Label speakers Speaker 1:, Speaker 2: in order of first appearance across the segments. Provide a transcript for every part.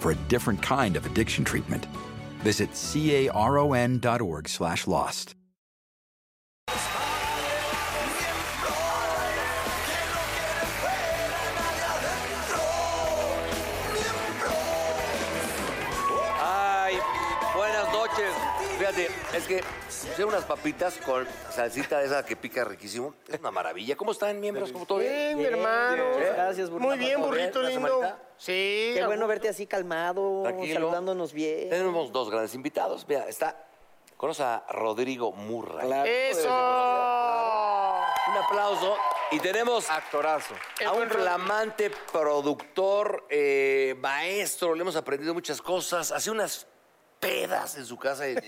Speaker 1: for a different kind of addiction treatment. Visit caron.org slash lost.
Speaker 2: Ay, buenas noches. Fíjate, es que puse unas papitas con salsita de esa que pica riquísimo. Es una maravilla. ¿Cómo están, miembros? ¿Cómo todo bien?
Speaker 3: Bien, mi hermano.
Speaker 2: bien.
Speaker 4: Gracias, burrito.
Speaker 3: Muy bien,
Speaker 2: ¿Todo bien?
Speaker 3: burrito
Speaker 2: ¿La
Speaker 3: lindo.
Speaker 2: semanita?
Speaker 3: Sí.
Speaker 4: Qué bueno verte así calmado,
Speaker 2: Tranquilo.
Speaker 4: saludándonos bien.
Speaker 2: Tenemos dos grandes invitados. Mira, está. Conoce a Rodrigo Murra. pues,
Speaker 3: ¡Eso!
Speaker 2: Un aplauso. Y tenemos
Speaker 5: Actorazo.
Speaker 2: a un flamante productor, eh, maestro. Le hemos aprendido muchas cosas. Hace unas pedas en su casa en,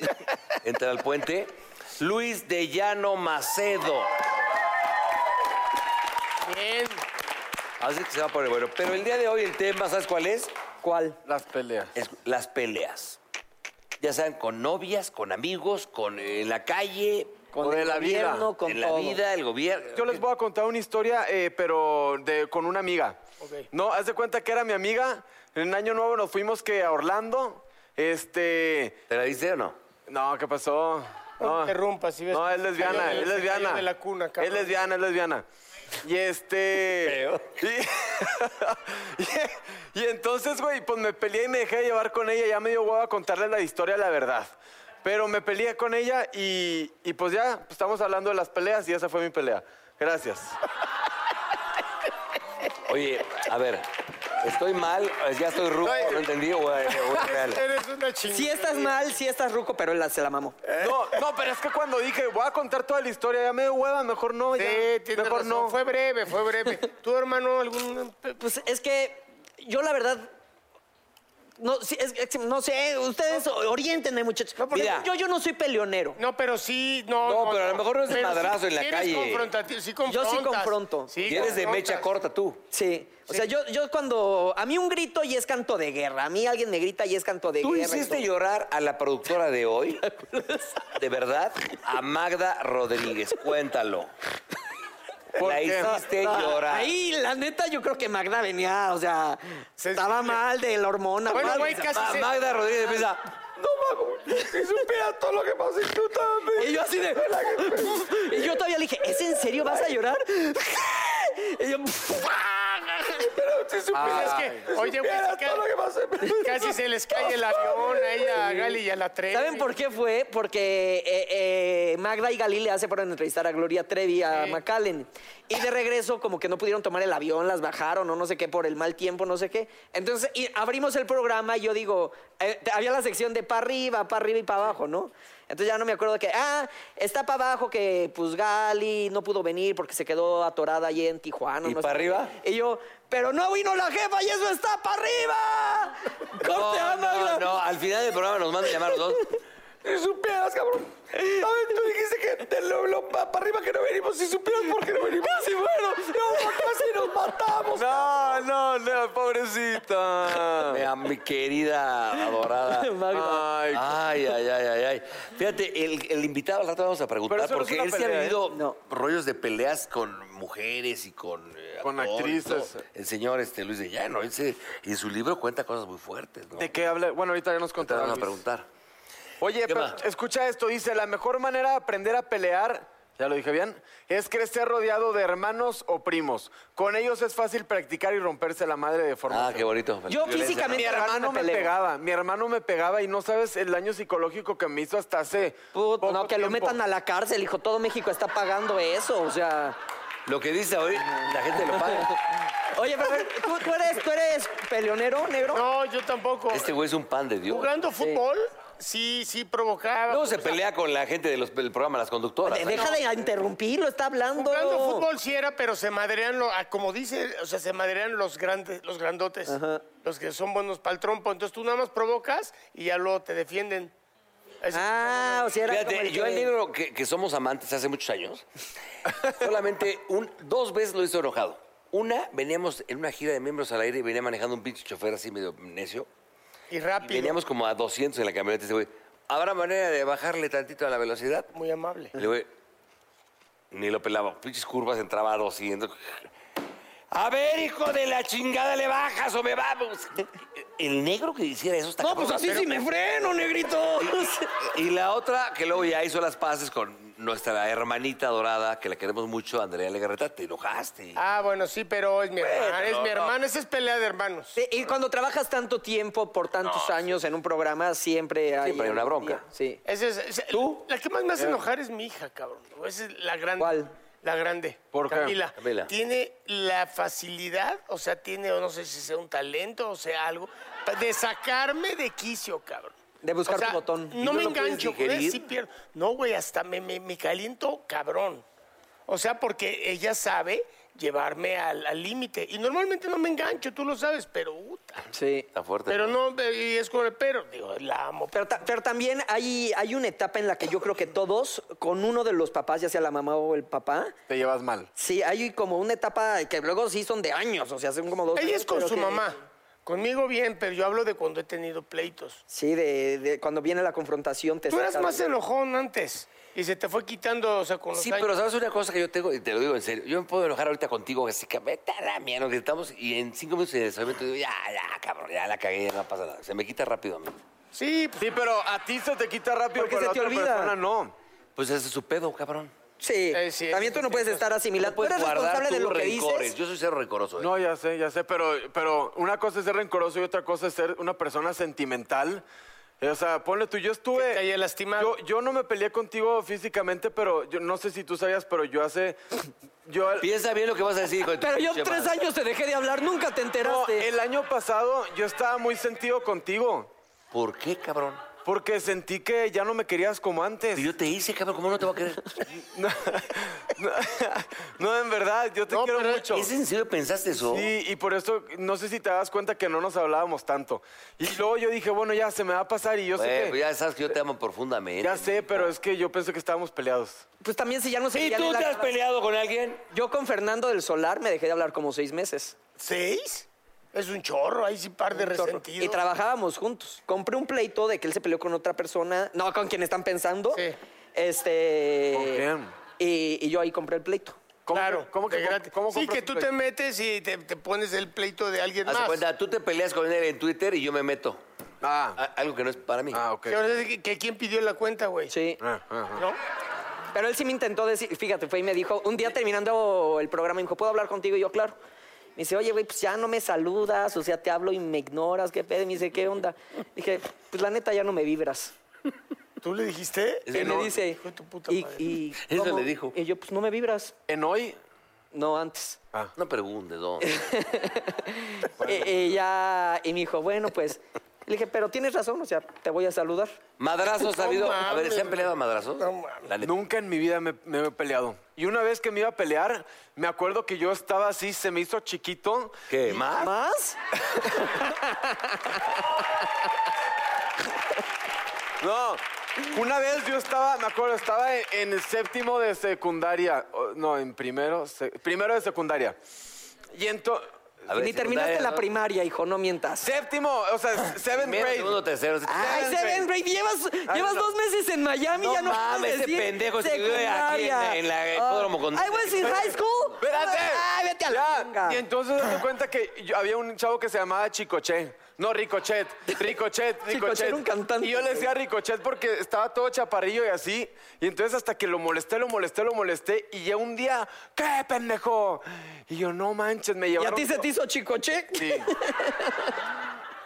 Speaker 2: entrar al puente. Luis de Llano Macedo.
Speaker 3: Bien.
Speaker 2: Así que se va a poner bueno. Pero el día de hoy el tema, ¿sabes cuál es?
Speaker 4: ¿Cuál?
Speaker 5: Las peleas.
Speaker 2: es las peleas. Ya saben, con novias, con amigos, con eh, en la calle,
Speaker 4: Con
Speaker 2: en
Speaker 4: el
Speaker 2: la vida,
Speaker 4: gobierno, con
Speaker 2: en la
Speaker 4: todo.
Speaker 2: vida, el gobierno.
Speaker 5: Yo les voy a contar una historia, eh, pero de, con una amiga. No, haz de cuenta que era mi amiga. En Año Nuevo nos fuimos que a Orlando. Este.
Speaker 2: ¿Te la diste o no?
Speaker 5: No, ¿qué pasó?
Speaker 3: No
Speaker 5: No,
Speaker 3: interrumpas, si ves
Speaker 5: No,
Speaker 3: que
Speaker 5: es lesbiana,
Speaker 3: se
Speaker 5: es
Speaker 3: cayó
Speaker 5: lesbiana.
Speaker 3: de la cuna, cabrón.
Speaker 5: Es lesbiana, es lesbiana. Y este. Y, y entonces, güey, pues me peleé y me dejé llevar con ella. Ya me dio huevo a contarle la historia, la verdad. Pero me peleé con ella y, y pues ya pues, estamos hablando de las peleas y esa fue mi pelea. Gracias.
Speaker 2: Oye, a ver, estoy mal, eh, ya estoy rudo,
Speaker 3: Ay.
Speaker 2: no entendí, o, eh, o es real.
Speaker 3: Eres una chingada.
Speaker 4: Sí estás mal, sí estás ruco, pero él la- se la mamó.
Speaker 3: Eh.
Speaker 5: No, no, pero es que cuando dije, voy a contar toda la historia, ya me dio hueva, mejor no.
Speaker 3: Sí,
Speaker 5: ya,
Speaker 3: tienes
Speaker 5: mejor
Speaker 3: razón.
Speaker 5: no.
Speaker 3: Fue breve, fue breve. ¿Tu hermano algún...?
Speaker 4: Pues es que yo la verdad... No, sí, es- es- no sé, ustedes orientenme, muchachos.
Speaker 3: porque-
Speaker 4: Mira, yo, yo no soy peleonero.
Speaker 3: No, pero sí, no.
Speaker 2: No, pero a lo mejor no es de
Speaker 3: Pero sí-
Speaker 2: madrazo en la
Speaker 3: sí eres
Speaker 2: calle.
Speaker 3: confrontativo, sí
Speaker 4: sí
Speaker 3: confrontas.
Speaker 4: confronto.
Speaker 3: Sí
Speaker 2: Y eres de mecha
Speaker 3: confrontas.
Speaker 2: corta tú.
Speaker 4: Sí. O sea, yo, yo cuando... A mí un grito y es canto de guerra. A mí alguien me grita y es canto de
Speaker 2: Tú
Speaker 4: guerra.
Speaker 2: hiciste
Speaker 4: y todo.
Speaker 2: llorar a la productora de hoy, de verdad, a Magda Rodríguez. Cuéntalo.
Speaker 5: ¿Por
Speaker 2: La
Speaker 5: qué?
Speaker 2: hiciste
Speaker 4: Ah,
Speaker 2: llorar.
Speaker 4: Ahí, la neta, yo creo que Magda venía, o sea,
Speaker 3: Se-
Speaker 4: estaba mal de la hormona.
Speaker 3: Bueno,
Speaker 4: mal,
Speaker 3: güey,
Speaker 4: o sea,
Speaker 3: casi
Speaker 2: Ma-
Speaker 3: se-
Speaker 2: Magda Rodríguez empieza.
Speaker 4: Y yo así de. Y yo todavía le dije, ¿es en serio vas a llorar? Y yo.
Speaker 3: Pues es que, oye, güey, se ca- casi se les cae el avión a ella, a Gali y a la Trevi.
Speaker 4: ¿Saben por qué fue? Porque eh, eh, Magda y Galí le hace por entrevistar a Gloria Trevi a McAllen. Y de regreso, como que no pudieron tomar el avión, las bajaron o no sé qué por el mal tiempo, no sé qué. Entonces y abrimos el programa y yo digo, eh, te- había la sección de para arriba, para arriba y para abajo, ¿no? Entonces ya no me acuerdo que, ah, está para abajo que pues Gali no pudo venir porque se quedó atorada allí en Tijuana.
Speaker 2: ¿Y
Speaker 4: no sé
Speaker 2: para
Speaker 4: qué.
Speaker 2: arriba?
Speaker 4: Y yo, pero no vino la jefa y eso está para arriba.
Speaker 2: No,
Speaker 4: Corte a Magda.
Speaker 2: no, no, al final del programa nos mandan llamar los dos. Si supieras, cabrón. ¿Sabes? Tú dijiste que te lo, para arriba que no venimos. Si supieras por qué no venimos. Si bueno, no, casi nos matamos.
Speaker 5: No, no, no, pobrecita.
Speaker 2: A mi querida adorada.
Speaker 4: Magda.
Speaker 5: Ay,
Speaker 2: Ay, ay, ay, ay, ay. Fíjate, el, el invitado al rato vamos a preguntar
Speaker 5: Pero eso no es
Speaker 2: porque
Speaker 5: una
Speaker 2: él se ha
Speaker 5: pelea, ¿eh?
Speaker 2: vivido
Speaker 4: No.
Speaker 2: rollos de peleas con mujeres y con eh,
Speaker 5: Con
Speaker 2: actores,
Speaker 5: actrices.
Speaker 2: ¿no? El señor este Luis de Llano, él se- en su libro cuenta cosas muy fuertes, ¿no?
Speaker 5: ¿De qué habla? Bueno, ahorita ya nos
Speaker 2: Te
Speaker 5: contará.
Speaker 2: van a
Speaker 5: Luis.
Speaker 2: preguntar.
Speaker 5: Oye,
Speaker 2: ¿Qué
Speaker 5: pero
Speaker 2: más?
Speaker 5: escucha esto, dice, la mejor manera de aprender a pelear ¿Ya lo dije bien? Es crecer rodeado de hermanos o primos. Con ellos es fácil practicar y romperse la madre de forma.
Speaker 2: Ah, qué bonito.
Speaker 4: Yo físicamente
Speaker 5: Mi
Speaker 4: a veces
Speaker 5: hermano me
Speaker 4: peleo.
Speaker 5: pegaba, mi hermano me pegaba y no sabes el daño psicológico que me hizo hasta hace.
Speaker 4: Puta,
Speaker 5: poco
Speaker 4: no, que lo
Speaker 5: tiempo.
Speaker 4: metan a la cárcel, hijo. Todo México está pagando eso, o sea.
Speaker 2: Lo que dice hoy, la gente lo paga.
Speaker 4: Oye, pero a ver, ¿tú, tú eres, tú eres peleonero, negro.
Speaker 3: No, yo tampoco.
Speaker 2: Este güey es un pan de Dios.
Speaker 3: Jugando fútbol, sí, sí provocaba.
Speaker 2: Luego se pelea con la gente de los- del programa, las conductoras.
Speaker 4: De- Eh, Deja de interrumpirlo, está hablando.
Speaker 3: Jugando fútbol sí era, pero se madrean, lo- ah, como dice, o sea, se madrean los grandes, los grandotes, los que son buenos para el trompo. Entonces tú nada más provocas y ya luego te defienden. Es-
Speaker 4: Ah, o sea, era como
Speaker 2: Fíjate,
Speaker 4: el
Speaker 2: yo
Speaker 4: que-
Speaker 2: al negro que, que somos amantes hace muchos años, solamente un, dos veces lo hizo enojado. Una, veníamos en una gira de miembros al aire y venía manejando un pinche chofer así medio necio.
Speaker 3: y
Speaker 2: Y
Speaker 3: rápido.
Speaker 2: veníamos como a 200 en la camioneta. y Este güey, ¿habrá manera de bajarle tantito a la velocidad?
Speaker 3: Muy amable.
Speaker 2: Y Le güey, ni lo pelaba. Pinches curvas entraba a 200. A ver, hijo de la chingada, le bajas o me vamos. El negro que hiciera eso está No, pues así sí me freno, negrito. Y la otra que luego ya hizo las paces con nuestra hermanita dorada, que la queremos mucho, Andrea Legarreta, te enojaste.
Speaker 3: Ah, bueno, sí, pero es mi hermano. Es
Speaker 2: no,
Speaker 3: mi
Speaker 2: no.
Speaker 3: hermano, esa es pelea de hermanos.
Speaker 4: Sí, y cuando trabajas tanto tiempo, por tantos años en un programa, siempre hay.
Speaker 2: Siempre hay una bronca.
Speaker 4: Sí.
Speaker 3: Esa es, esa- La que más me hace enojar es mi hija, cabrón. Esa es la grande.
Speaker 4: ¿Cuál?
Speaker 3: La grande.
Speaker 5: ¿Por qué?
Speaker 3: Camila.
Speaker 2: Camila.
Speaker 3: Tiene la facilidad, o sea, tiene, o no sé si sea un talento o sea algo, pa- de sacarme de quicio, cabrón.
Speaker 4: De buscar
Speaker 3: O sea,
Speaker 4: tu botón.
Speaker 3: No
Speaker 2: ¿Y no
Speaker 3: me
Speaker 2: lo puedes
Speaker 3: engancho, güey,
Speaker 2: digerir?
Speaker 3: sí pierdo. No, güey, hasta me, me- me caliento cabrón. O sea, porque ella sabe llevarme al al límite. Y normalmente no me engancho, tú lo sabes, pero... puta.
Speaker 4: Sí.
Speaker 2: Está fuerte.
Speaker 3: Pero no, y es con el pero. Digo, la amo.
Speaker 4: Pero, ta- pero también hay, hay una etapa en la que yo creo que todos, con uno de los papás, ya sea la mamá o el papá,
Speaker 5: Te llevas mal.
Speaker 4: sí, hay como una etapa que luego sí son de años, o sea, son como dos
Speaker 3: Ella
Speaker 4: años,
Speaker 3: es con
Speaker 4: pero
Speaker 3: su
Speaker 4: que-
Speaker 3: mamá. Conmigo bien, pero yo hablo de cuando he tenido pleitos.
Speaker 4: Sí, de, de cuando viene la confrontación te
Speaker 3: Tú eras
Speaker 4: saca
Speaker 3: más
Speaker 4: de-
Speaker 3: enojón antes y se te fue quitando, o sea, con los
Speaker 2: Sí,
Speaker 3: años.
Speaker 2: pero sabes una cosa que yo tengo, y te lo digo en serio, yo me puedo enojar ahorita contigo, Jessica, vete a la mierda, nos gritamos y en cinco minutos de desolamiento digo, ya, ya, cabrón, ya la cagué, ya no pasa nada. Se me quita rápido a mí.
Speaker 3: Sí,
Speaker 5: Sí, pero a ti se te quita rápido,
Speaker 4: Porque
Speaker 5: pero
Speaker 4: se
Speaker 5: a
Speaker 4: te
Speaker 5: otra
Speaker 4: olvida.
Speaker 5: persona no.
Speaker 2: Pues ese es su pedo, cabrón.
Speaker 4: Sí.
Speaker 3: Eh, sí,
Speaker 4: también tú no
Speaker 3: sí,
Speaker 4: puedes
Speaker 3: sí,
Speaker 4: estar asimilado. Tú eres responsable de
Speaker 2: tus
Speaker 4: lo que
Speaker 2: rencores.
Speaker 4: dices.
Speaker 2: Yo soy cero rencoroso. ¿eh?
Speaker 5: No, ya sé, ya sé, pero, pero una cosa es ser rencoroso y otra cosa es ser una persona sentimental. O sea, ponle tú, yo estuve...
Speaker 3: Que te haya lastimado.
Speaker 5: Yo, yo no me peleé contigo físicamente, pero yo no sé si tú sabías, pero yo hace... Yo,
Speaker 2: Piensa bien lo que vas a decir. hijo de tu
Speaker 4: Pero yo
Speaker 2: pinche
Speaker 4: tres
Speaker 2: madre.
Speaker 4: años te dejé de hablar, nunca te
Speaker 5: No, eh,
Speaker 4: enteraste.
Speaker 5: el año pasado yo estaba muy sentido contigo,
Speaker 2: ¿Por qué, cabrón?
Speaker 5: porque sentí que ya no me querías como antes.
Speaker 2: Si yo te hice, cabrón, ¿cómo no te va a querer?
Speaker 5: No, no, no, en verdad, yo te
Speaker 3: No,
Speaker 5: quiero
Speaker 3: pero
Speaker 5: mucho.
Speaker 2: ¿Es en serio pensaste eso?
Speaker 5: Sí, y por eso no sé si te das cuenta que no nos hablábamos tanto. Y luego yo dije, bueno, ya se me va a pasar y yo
Speaker 2: Güey,
Speaker 5: sé que...
Speaker 2: pues ya sabes que yo te amo profundamente.
Speaker 5: Ya sé, pero es que yo pensé que estábamos peleados.
Speaker 4: Pues también si ya no se
Speaker 2: ¿Y
Speaker 4: veían
Speaker 2: tú
Speaker 4: en la
Speaker 2: te has
Speaker 4: cara-
Speaker 2: peleado con alguien?
Speaker 4: Yo con Fernando del Solar me dejé de hablar como seis meses.
Speaker 3: ¿seis? Es un chorro, ahí sí par de resentidos.
Speaker 4: Y trabajábamos juntos. Compré un pleito de que él se peleó con otra persona. No, con quien están pensando.
Speaker 3: Sí.
Speaker 4: Este.
Speaker 5: ¿Con quién?
Speaker 4: Y, y yo ahí compré el pleito.
Speaker 5: ¿Cómo
Speaker 3: claro,
Speaker 5: que- cómo que
Speaker 3: de
Speaker 5: com-
Speaker 3: gratis.
Speaker 5: cómo
Speaker 3: Sí,
Speaker 5: compras
Speaker 3: que
Speaker 5: un
Speaker 3: tú
Speaker 5: pleito?
Speaker 3: te metes y te, te pones el pleito de alguien
Speaker 2: Haz de
Speaker 3: más.
Speaker 2: cuenta, tú te peleas con él en Twitter y yo me meto.
Speaker 5: Ah,
Speaker 2: A- Algo que no es para mí.
Speaker 5: ah, ok.
Speaker 3: Que ahora es que, que quién pidió la cuenta, güey.
Speaker 4: Sí.
Speaker 5: Ah, ah.
Speaker 3: ¿No?
Speaker 4: Pero él sí me intentó decir. Fíjate, fue y me dijo. Un día terminando el programa, me dijo, ¿puedo hablar contigo? Y yo, claro. Me dice, oye, güey, pues ya no me saludas. O sea, te hablo y me ignoras. ¿Qué pedo? Y me dice, ¿qué onda? Dije, pues la neta ya no me vibras.
Speaker 3: ¿Tú le dijiste?
Speaker 4: Y me dice.
Speaker 3: Hijo de tu puta
Speaker 4: "¿Y-
Speaker 3: madre".
Speaker 4: y
Speaker 2: Eso
Speaker 4: cómo?".
Speaker 2: le dijo.
Speaker 4: Y yo, pues no me vibras.
Speaker 5: En hoy,
Speaker 4: No, antes.
Speaker 3: Ah,
Speaker 2: No preguntes, no.
Speaker 4: Eh, eh, ya, y me dijo, bueno, pues. Le dije, pero tienes razón, o sea, te voy a saludar.
Speaker 2: Madrazos ha
Speaker 3: No
Speaker 2: habido. A ver,
Speaker 3: mames.
Speaker 2: ¿se han peleado a madrazos?
Speaker 3: No mames.
Speaker 2: La neta.
Speaker 5: nunca en mi vida me, me he peleado. Y una vez que me iba a pelear, me acuerdo que yo estaba así, se me hizo chiquito.
Speaker 2: ¿Qué?
Speaker 3: ¿Ah?
Speaker 2: ¿Más?
Speaker 4: ¿Más?
Speaker 5: No, una vez yo estaba, me acuerdo, estaba en, en el séptimo de secundaria. o, No, en primero, se- primero de secundaria. Y entonces...
Speaker 2: A ver,
Speaker 4: Ni terminaste
Speaker 2: secundaria,
Speaker 4: la
Speaker 2: ¿no?
Speaker 4: primaria, hijo, no mientas.
Speaker 5: Séptimo, o sea, seventh
Speaker 2: Primero,
Speaker 5: grade.
Speaker 2: segundo, tercero.
Speaker 4: Ay,
Speaker 5: Seventh
Speaker 4: Seven Grade, llevas, llevas
Speaker 5: no.
Speaker 4: dos meses en Miami,
Speaker 2: No
Speaker 4: ya no
Speaker 2: mames,
Speaker 4: puedes
Speaker 2: ese
Speaker 4: decir
Speaker 2: pendejo estudió aquí en la- en la
Speaker 4: secundaria. Ah,
Speaker 2: hipódromo con-
Speaker 4: I was in high school
Speaker 5: ¡Espérate!
Speaker 4: Ay, vete a la
Speaker 5: Ya.
Speaker 4: chinga.
Speaker 5: Y entonces me di cuenta que yo- había un chavo que se llamaba Chicoche. No, Ricochet. Ricochet,
Speaker 4: Chicoche
Speaker 5: Ricochet.
Speaker 4: era un cantante,
Speaker 5: Y yo le decía Ricochet porque estaba todo chaparrillo y así. Y entonces hasta que lo molesté, lo molesté, lo molesté. Y ya un día, ¡qué pendejo! Y yo, no manches, me
Speaker 4: ¿Y a
Speaker 5: llevaron.
Speaker 4: ti se te hizo chicoche?
Speaker 5: Sí.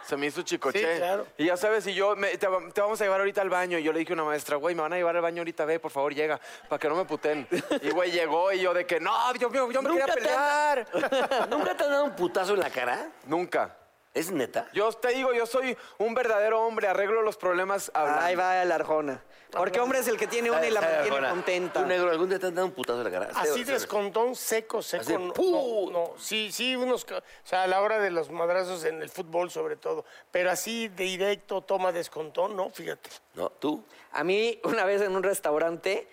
Speaker 5: Se me hizo chicoche.
Speaker 3: Sí, claro.
Speaker 5: Y ya sabes, y yo, me- te, va- te vamos a llevar ahorita al baño. Y yo le dije a una maestra, güey, me van a llevar al baño ahorita, ve, por favor, llega, para que no me puten. Y güey, llegó y yo de que, no, yo, yo- yo me
Speaker 4: Nunca
Speaker 5: quería
Speaker 4: te
Speaker 5: pelear.
Speaker 2: ¿Nunca te han dado un putazo en la cara?
Speaker 5: Nunca.
Speaker 2: ¿Es neta?
Speaker 5: Yo te digo, yo soy un verdadero hombre, arreglo los problemas hablando.
Speaker 4: Ahí va la arjona. Porque hombre es el que tiene una y la
Speaker 2: Ay, ay,
Speaker 4: mantiene
Speaker 2: Arjona,
Speaker 4: contenta.
Speaker 2: Ah, ¿Tú, negro, algún día te han dado un putazo en la cara?
Speaker 3: Así
Speaker 2: Sí, sí,
Speaker 3: descontón seco, seco.
Speaker 2: Así,
Speaker 3: no,
Speaker 2: ¡pum!
Speaker 3: no, no, sí, sí, unos... ca- O sea, a la hora de los madrazos en el fútbol sobre todo. Pero así de directo toma descontón, ¿no? Fíjate.
Speaker 2: ¿No? ¿Tú?
Speaker 4: A mí, una vez en un restaurante,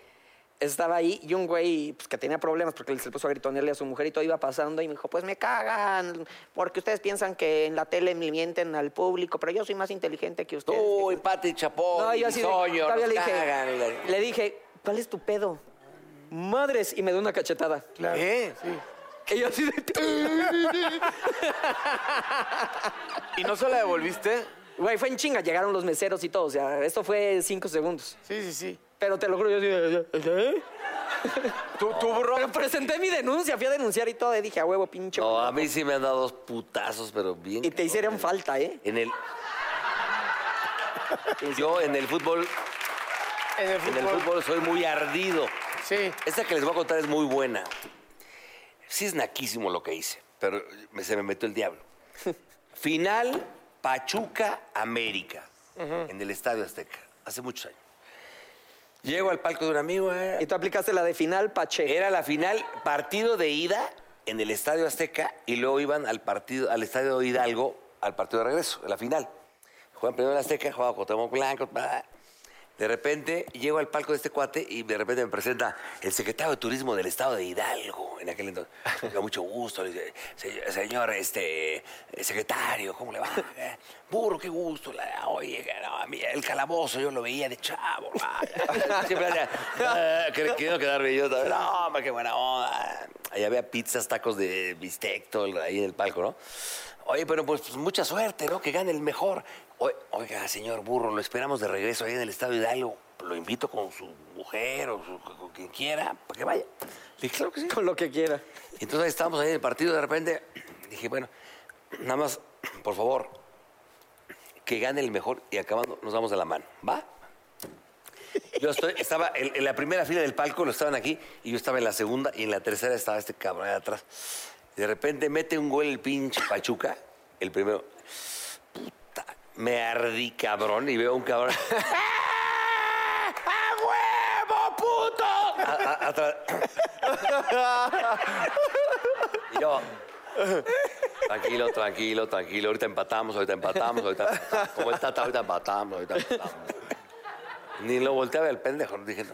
Speaker 4: estaba ahí y un güey pues, que tenía problemas porque se puso a gritonearle a su mujer y todo iba pasando y me dijo, pues me cagan, porque ustedes piensan que en la tele me mienten al público, pero yo soy más inteligente que ustedes.
Speaker 2: Tú, empate, chapón.
Speaker 4: no, yo así de-
Speaker 2: Bisoño,
Speaker 4: todavía
Speaker 2: nos
Speaker 4: le dije,
Speaker 2: cagan, y la-
Speaker 4: le dije, ¿cuál es tu pedo? Madres, y me dio una cachetada.
Speaker 5: ¿Eh?
Speaker 4: Y yo así de...
Speaker 5: ¿Y no se la devolviste?
Speaker 4: Güey, fue en chinga, llegaron los meseros y todo, o sea, esto fue cinco segundos.
Speaker 3: Sí, sí, sí.
Speaker 4: Pero te lo juro, yo así de... ¿eh?
Speaker 5: ¿Tú, tú burro?
Speaker 4: Pero presenté mi denuncia, fui a denunciar y todo, y dije, a huevo, pincho.
Speaker 2: No, ah. a mí sí me han dado dos putazos, pero bien.
Speaker 4: Y te hicieron
Speaker 2: cabrón.
Speaker 4: falta, ¿eh?
Speaker 2: En el. Yo en el fútbol,
Speaker 3: En el
Speaker 2: en
Speaker 3: fútbol.
Speaker 2: el fútbol soy muy ardido.
Speaker 3: Sí.
Speaker 2: Esta que les voy a contar es muy buena. Sí es naquísimo lo que hice, pero me- se me metió el diablo. Final Pachuca América en el Estadio Azteca, hace muchos años. Llego al palco de un amigo, eh,
Speaker 4: Y tú aplicaste la de final, Pache.
Speaker 2: Era la final, partido de ida en el Estadio Azteca y luego iban al partido, al Estadio Hidalgo, al partido de regreso, en la final. Juegan primero en el Azteca, juegan Cuauhtémoc Blanco. pa. De repente llego al palco de este cuate y de repente me presenta el secretario de Turismo del Estado de Hidalgo en aquel entonces. Con mucho gusto, le dice, "Se- señor, este, eh, secretario, ¿cómo le va? Eh, Burro, qué gusto. la- oye, no, a mí el calabozo yo lo veía de chavo. va". Siempre era, "Ah, que quiero quedarme yo también. No, hombre, qué buena onda. Ahí había pizzas, tacos de bistec, todo el- ahí en el palco, ¿no? Oye, pero pues, pues, mucha suerte, ¿no? Que gane el mejor. Oye, Oiga, señor Burro, lo esperamos de regreso ahí en el Estado Hidalgo. Lo invito con su mujer o su- con quien quiera, para que vaya. Le dije, claro que sí.
Speaker 4: Con lo que quiera.
Speaker 2: Entonces ahí estábamos ahí en el partido, de repente dije, bueno, nada más, por favor, que gane el mejor y acabando nos damos de la mano, ¿va? Yo estoy, estaba en, en la primera fila del palco, lo estaban aquí, y yo estaba en la segunda, y en la tercera estaba este cabrón de atrás. De repente mete un gol el pinche Pachuca, el primero. Puta, me ardí cabrón, y veo un cabrón. ¡Ah! ¡A huevo, puto! A- a- atrás. Y yo, tranquilo, tranquilo, tranquilo. Ahorita empatamos, ahorita empatamos, ahorita empatamos. Como el tata, ahorita empatamos, ahorita empatamos. Ni lo volteaba el pendejo, dije. no.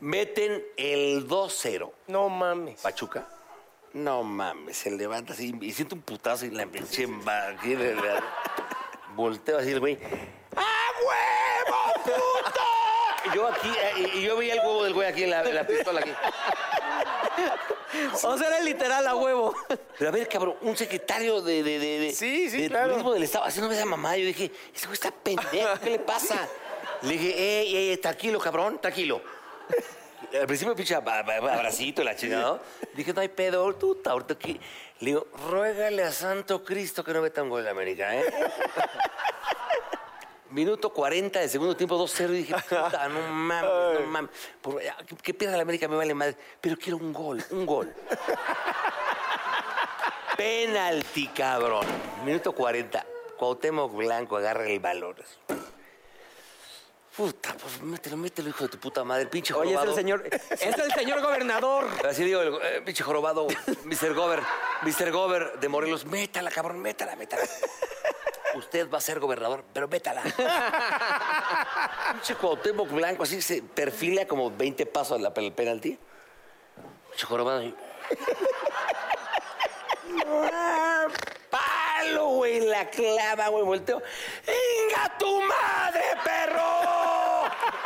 Speaker 2: Meten el 2-0,
Speaker 3: No mames.
Speaker 2: Pachuca. No mames, se levanta así y siente un putazo y la pinche emba- aquí de la- Volteo así el güey. ¡A huevo, puto! Y Yo aquí, eh, y y yo veía el huevo del güey aquí en la, en la pistola aquí.
Speaker 4: O sea, era literal a huevo.
Speaker 2: Pero a ver, cabrón, un secretario de, de, de, de-
Speaker 3: Sí, sí,
Speaker 2: de
Speaker 3: claro.
Speaker 2: turismo del Estado haciéndome esa mamá. Yo dije, ese güey está pendejo, ¿qué le pasa? Le dije, ey, ey, tranquilo, cabrón, tranquilo. Al principio, pinche abra- abra- abracito, la chingada, ¿no? Dije, no hay pedo, tú, ahorita aquí. Le digo, ruégale a Santo Cristo que no meta un gol de América, ¿eh? Minuto 40 de segundo tiempo, 2-0. Y dije, puta, no mames, no mames. Por- ya, que, que pierda la América me vale madre. Pero quiero un gol, un gol. Penalti, cabrón. Minuto 40. Cuauhtémoc Blanco agarra el balón. Puta, pues mételo, mételo, hijo de tu puta madre. Pinche
Speaker 4: Oye, es
Speaker 2: jorobado.
Speaker 4: el señor. Es el señor gobernador.
Speaker 2: Así digo, el, eh, pinche jorobado, Mr. Gober, Mr. Gober de Morelos, métala, cabrón, métala, métala. Usted va a ser gobernador, pero métala. pinche Cuauhtémoc Blanco así se perfila como 20 pasos a la- al penalti. Pinche jorobado así. Palo, güey, la clava, güey, volteo. ¡Inga tu madre, perro!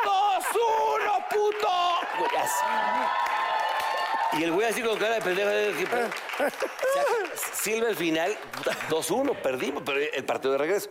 Speaker 2: ¡Dos, uno, puto! Güey, así. Y el güey así con cara de pendejo. eh, que- o sea, Silva al final, puta, 2-1, perdimos, pero el partido de regreso.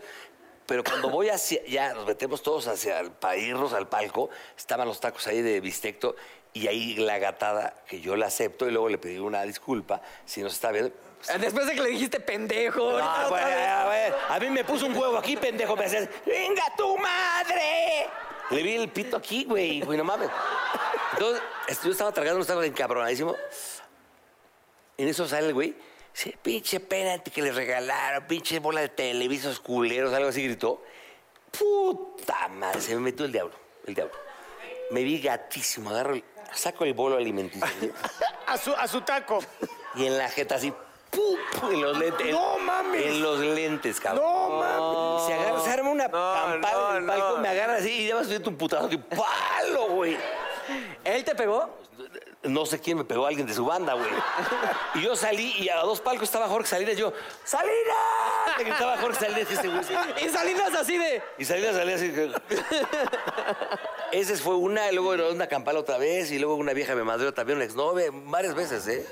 Speaker 2: Pero cuando voy hacia, ya nos metemos todos hacia el, para irnos al palco, estaban los tacos ahí de bistecto y ahí la gatada, que yo la acepto y luego le pedí una disculpa, si nos está viendo.
Speaker 4: Después de que le dijiste pendejo. ahorita
Speaker 2: Ah,
Speaker 4: otra
Speaker 2: güey,
Speaker 4: vez.
Speaker 2: ah, güey. A mí me puso un huevo aquí, pendejo. Me haces, ¡venga tu madre! Le vi el pito aquí, güey, güey, no mames. Entonces, este, yo estaba tragando, estaba encabronadísimo. En eso sale el güey. Dice, pinche penalti que le regalaron, pinche bola de televisos culeros, algo así gritó. Puta madre, se me metió el diablo, el diablo. Me vi gatísimo, agarro, el- saco el bolo alimenticio
Speaker 3: A su, a su taco.
Speaker 2: y en la jeta así, ¡pum! pum, en los lentes. en-
Speaker 3: Ah, ¡No mames!
Speaker 2: En los lentes, cabrón.
Speaker 3: No mames.
Speaker 2: Se, agarra, se arma una
Speaker 5: No,
Speaker 2: campada en el
Speaker 5: no,
Speaker 2: palco,
Speaker 5: no.
Speaker 2: me agarra así y ya vas viendo un putazo de palo, güey.
Speaker 4: ¿Él te pegó?
Speaker 2: No sé quién me pegó, alguien de su banda, güey. Y yo salí y a dos palcos estaba Jorge Salinas. Yo, ¡Salinas! Le gritaba Jorge Salinas que este güey. se-
Speaker 4: Y Salinas así de.
Speaker 2: Y Salinas salía así. que- Esa fue una, y luego era una campala otra vez, y luego una vieja me madreó también, una exnovia, varias veces, ¿eh?